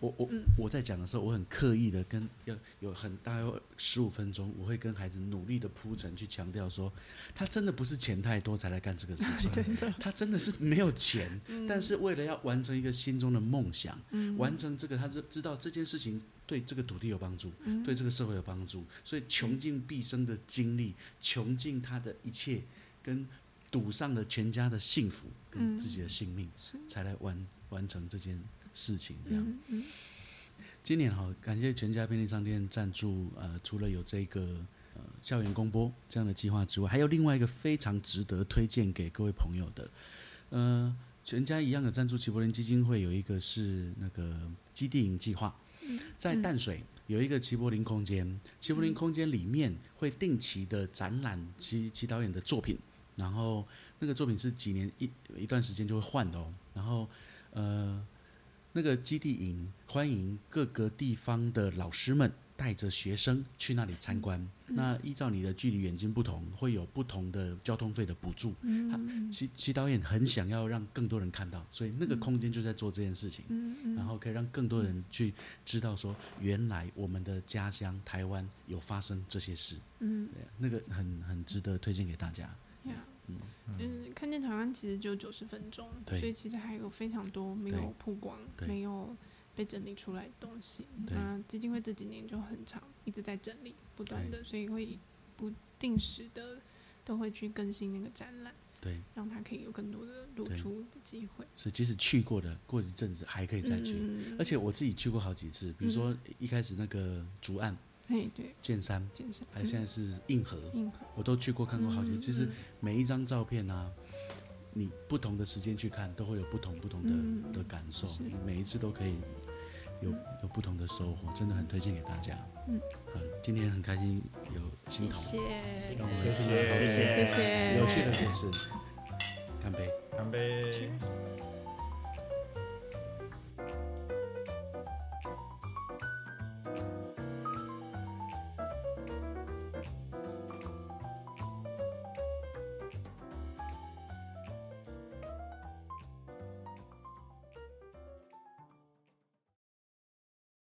[SPEAKER 3] 我我
[SPEAKER 1] 嗯，
[SPEAKER 3] 我在讲的时候，我很刻意的跟要有很大概十五分钟，我会跟孩子努力的铺陈，去强调说，他真的不是钱太多才来干这个事
[SPEAKER 1] <laughs>
[SPEAKER 3] 情
[SPEAKER 1] 对的，
[SPEAKER 3] 他真的是没有钱，
[SPEAKER 1] 嗯
[SPEAKER 3] 但是为了要完成一个心中的梦想，完成这个，他是知道这件事情对这个土地有帮
[SPEAKER 1] 嗯
[SPEAKER 3] 助，对这个社会有帮助，所以穷尽毕生的精力，穷尽他的一切，跟赌上了全家的幸福
[SPEAKER 1] 嗯
[SPEAKER 3] 跟自己的性命，
[SPEAKER 1] 是，
[SPEAKER 3] 才来完完成这件事情。这样，
[SPEAKER 1] 嗯嗯
[SPEAKER 3] 今年哈，感谢全家便利商店赞助，呃，除了有这个呃校园公播这样的计划之外，还有另外一个非常值得推荐给各位朋友的，呃，全家一样的赞助齐柏林基金会有一个是那个基地营计划，
[SPEAKER 1] 嗯，
[SPEAKER 3] 在淡水有一个齐柏林空间，齐柏林空间里面会定期的展览齐齐导演的作品，然后那个作品是几年一一段时间就会换的哦，然后呃，那个基地营欢迎各个地方的老师们带着学生去那里参观，
[SPEAKER 1] 嗯
[SPEAKER 3] 那依照你的距离远近不同，会有不同的交通费的补助。
[SPEAKER 1] 嗯嗯
[SPEAKER 3] 齐齐导演很想要让更多人看到，所以那个空间就在做这件事情。
[SPEAKER 1] 嗯，
[SPEAKER 3] 然后可以让更多人去知道说，原来我们的家乡台湾有发生这些事，
[SPEAKER 1] 嗯。
[SPEAKER 3] 对啊那个很很值得推荐给大家。
[SPEAKER 1] 呀，就是嗯看见台湾其实就九十分钟，
[SPEAKER 3] 嗯对
[SPEAKER 1] 所以其实还有非常多没
[SPEAKER 3] 对
[SPEAKER 1] 有曝光、
[SPEAKER 3] 对
[SPEAKER 1] 没有被整理出来的东西。
[SPEAKER 3] 对
[SPEAKER 1] 那基金会这几年就很长，一直在整理，不断的，所以会不定时的都会去更新那个展览，
[SPEAKER 3] 对，
[SPEAKER 1] 让它可以有更多的露
[SPEAKER 3] 对
[SPEAKER 1] 出的机会。
[SPEAKER 3] 所以即使去过的，过一阵子还可以再去。
[SPEAKER 1] 嗯
[SPEAKER 3] 而且我自己去过好几次，比如说一开始那个竹岸、
[SPEAKER 1] 嘿，对，
[SPEAKER 3] 剑山，
[SPEAKER 1] 健身，
[SPEAKER 3] 还有现在是硬核，
[SPEAKER 1] 嗯硬核，
[SPEAKER 3] 我都去过看过好几
[SPEAKER 1] 嗯
[SPEAKER 3] 次。其实每一张照片啊，你不同的时间去看，都会有不同不同的、
[SPEAKER 1] 嗯
[SPEAKER 3] 的感受
[SPEAKER 1] 是，
[SPEAKER 3] 每一次都可以有有不同的收获，真的很推荐给大家。
[SPEAKER 1] 嗯，
[SPEAKER 3] 好，今天很开心有新
[SPEAKER 1] 谢
[SPEAKER 3] 同
[SPEAKER 1] 谢，
[SPEAKER 3] 谢谢
[SPEAKER 1] 谢谢，谢谢，
[SPEAKER 3] 有趣的故事，干杯。
[SPEAKER 4] 嗯干杯。
[SPEAKER 1] Cheers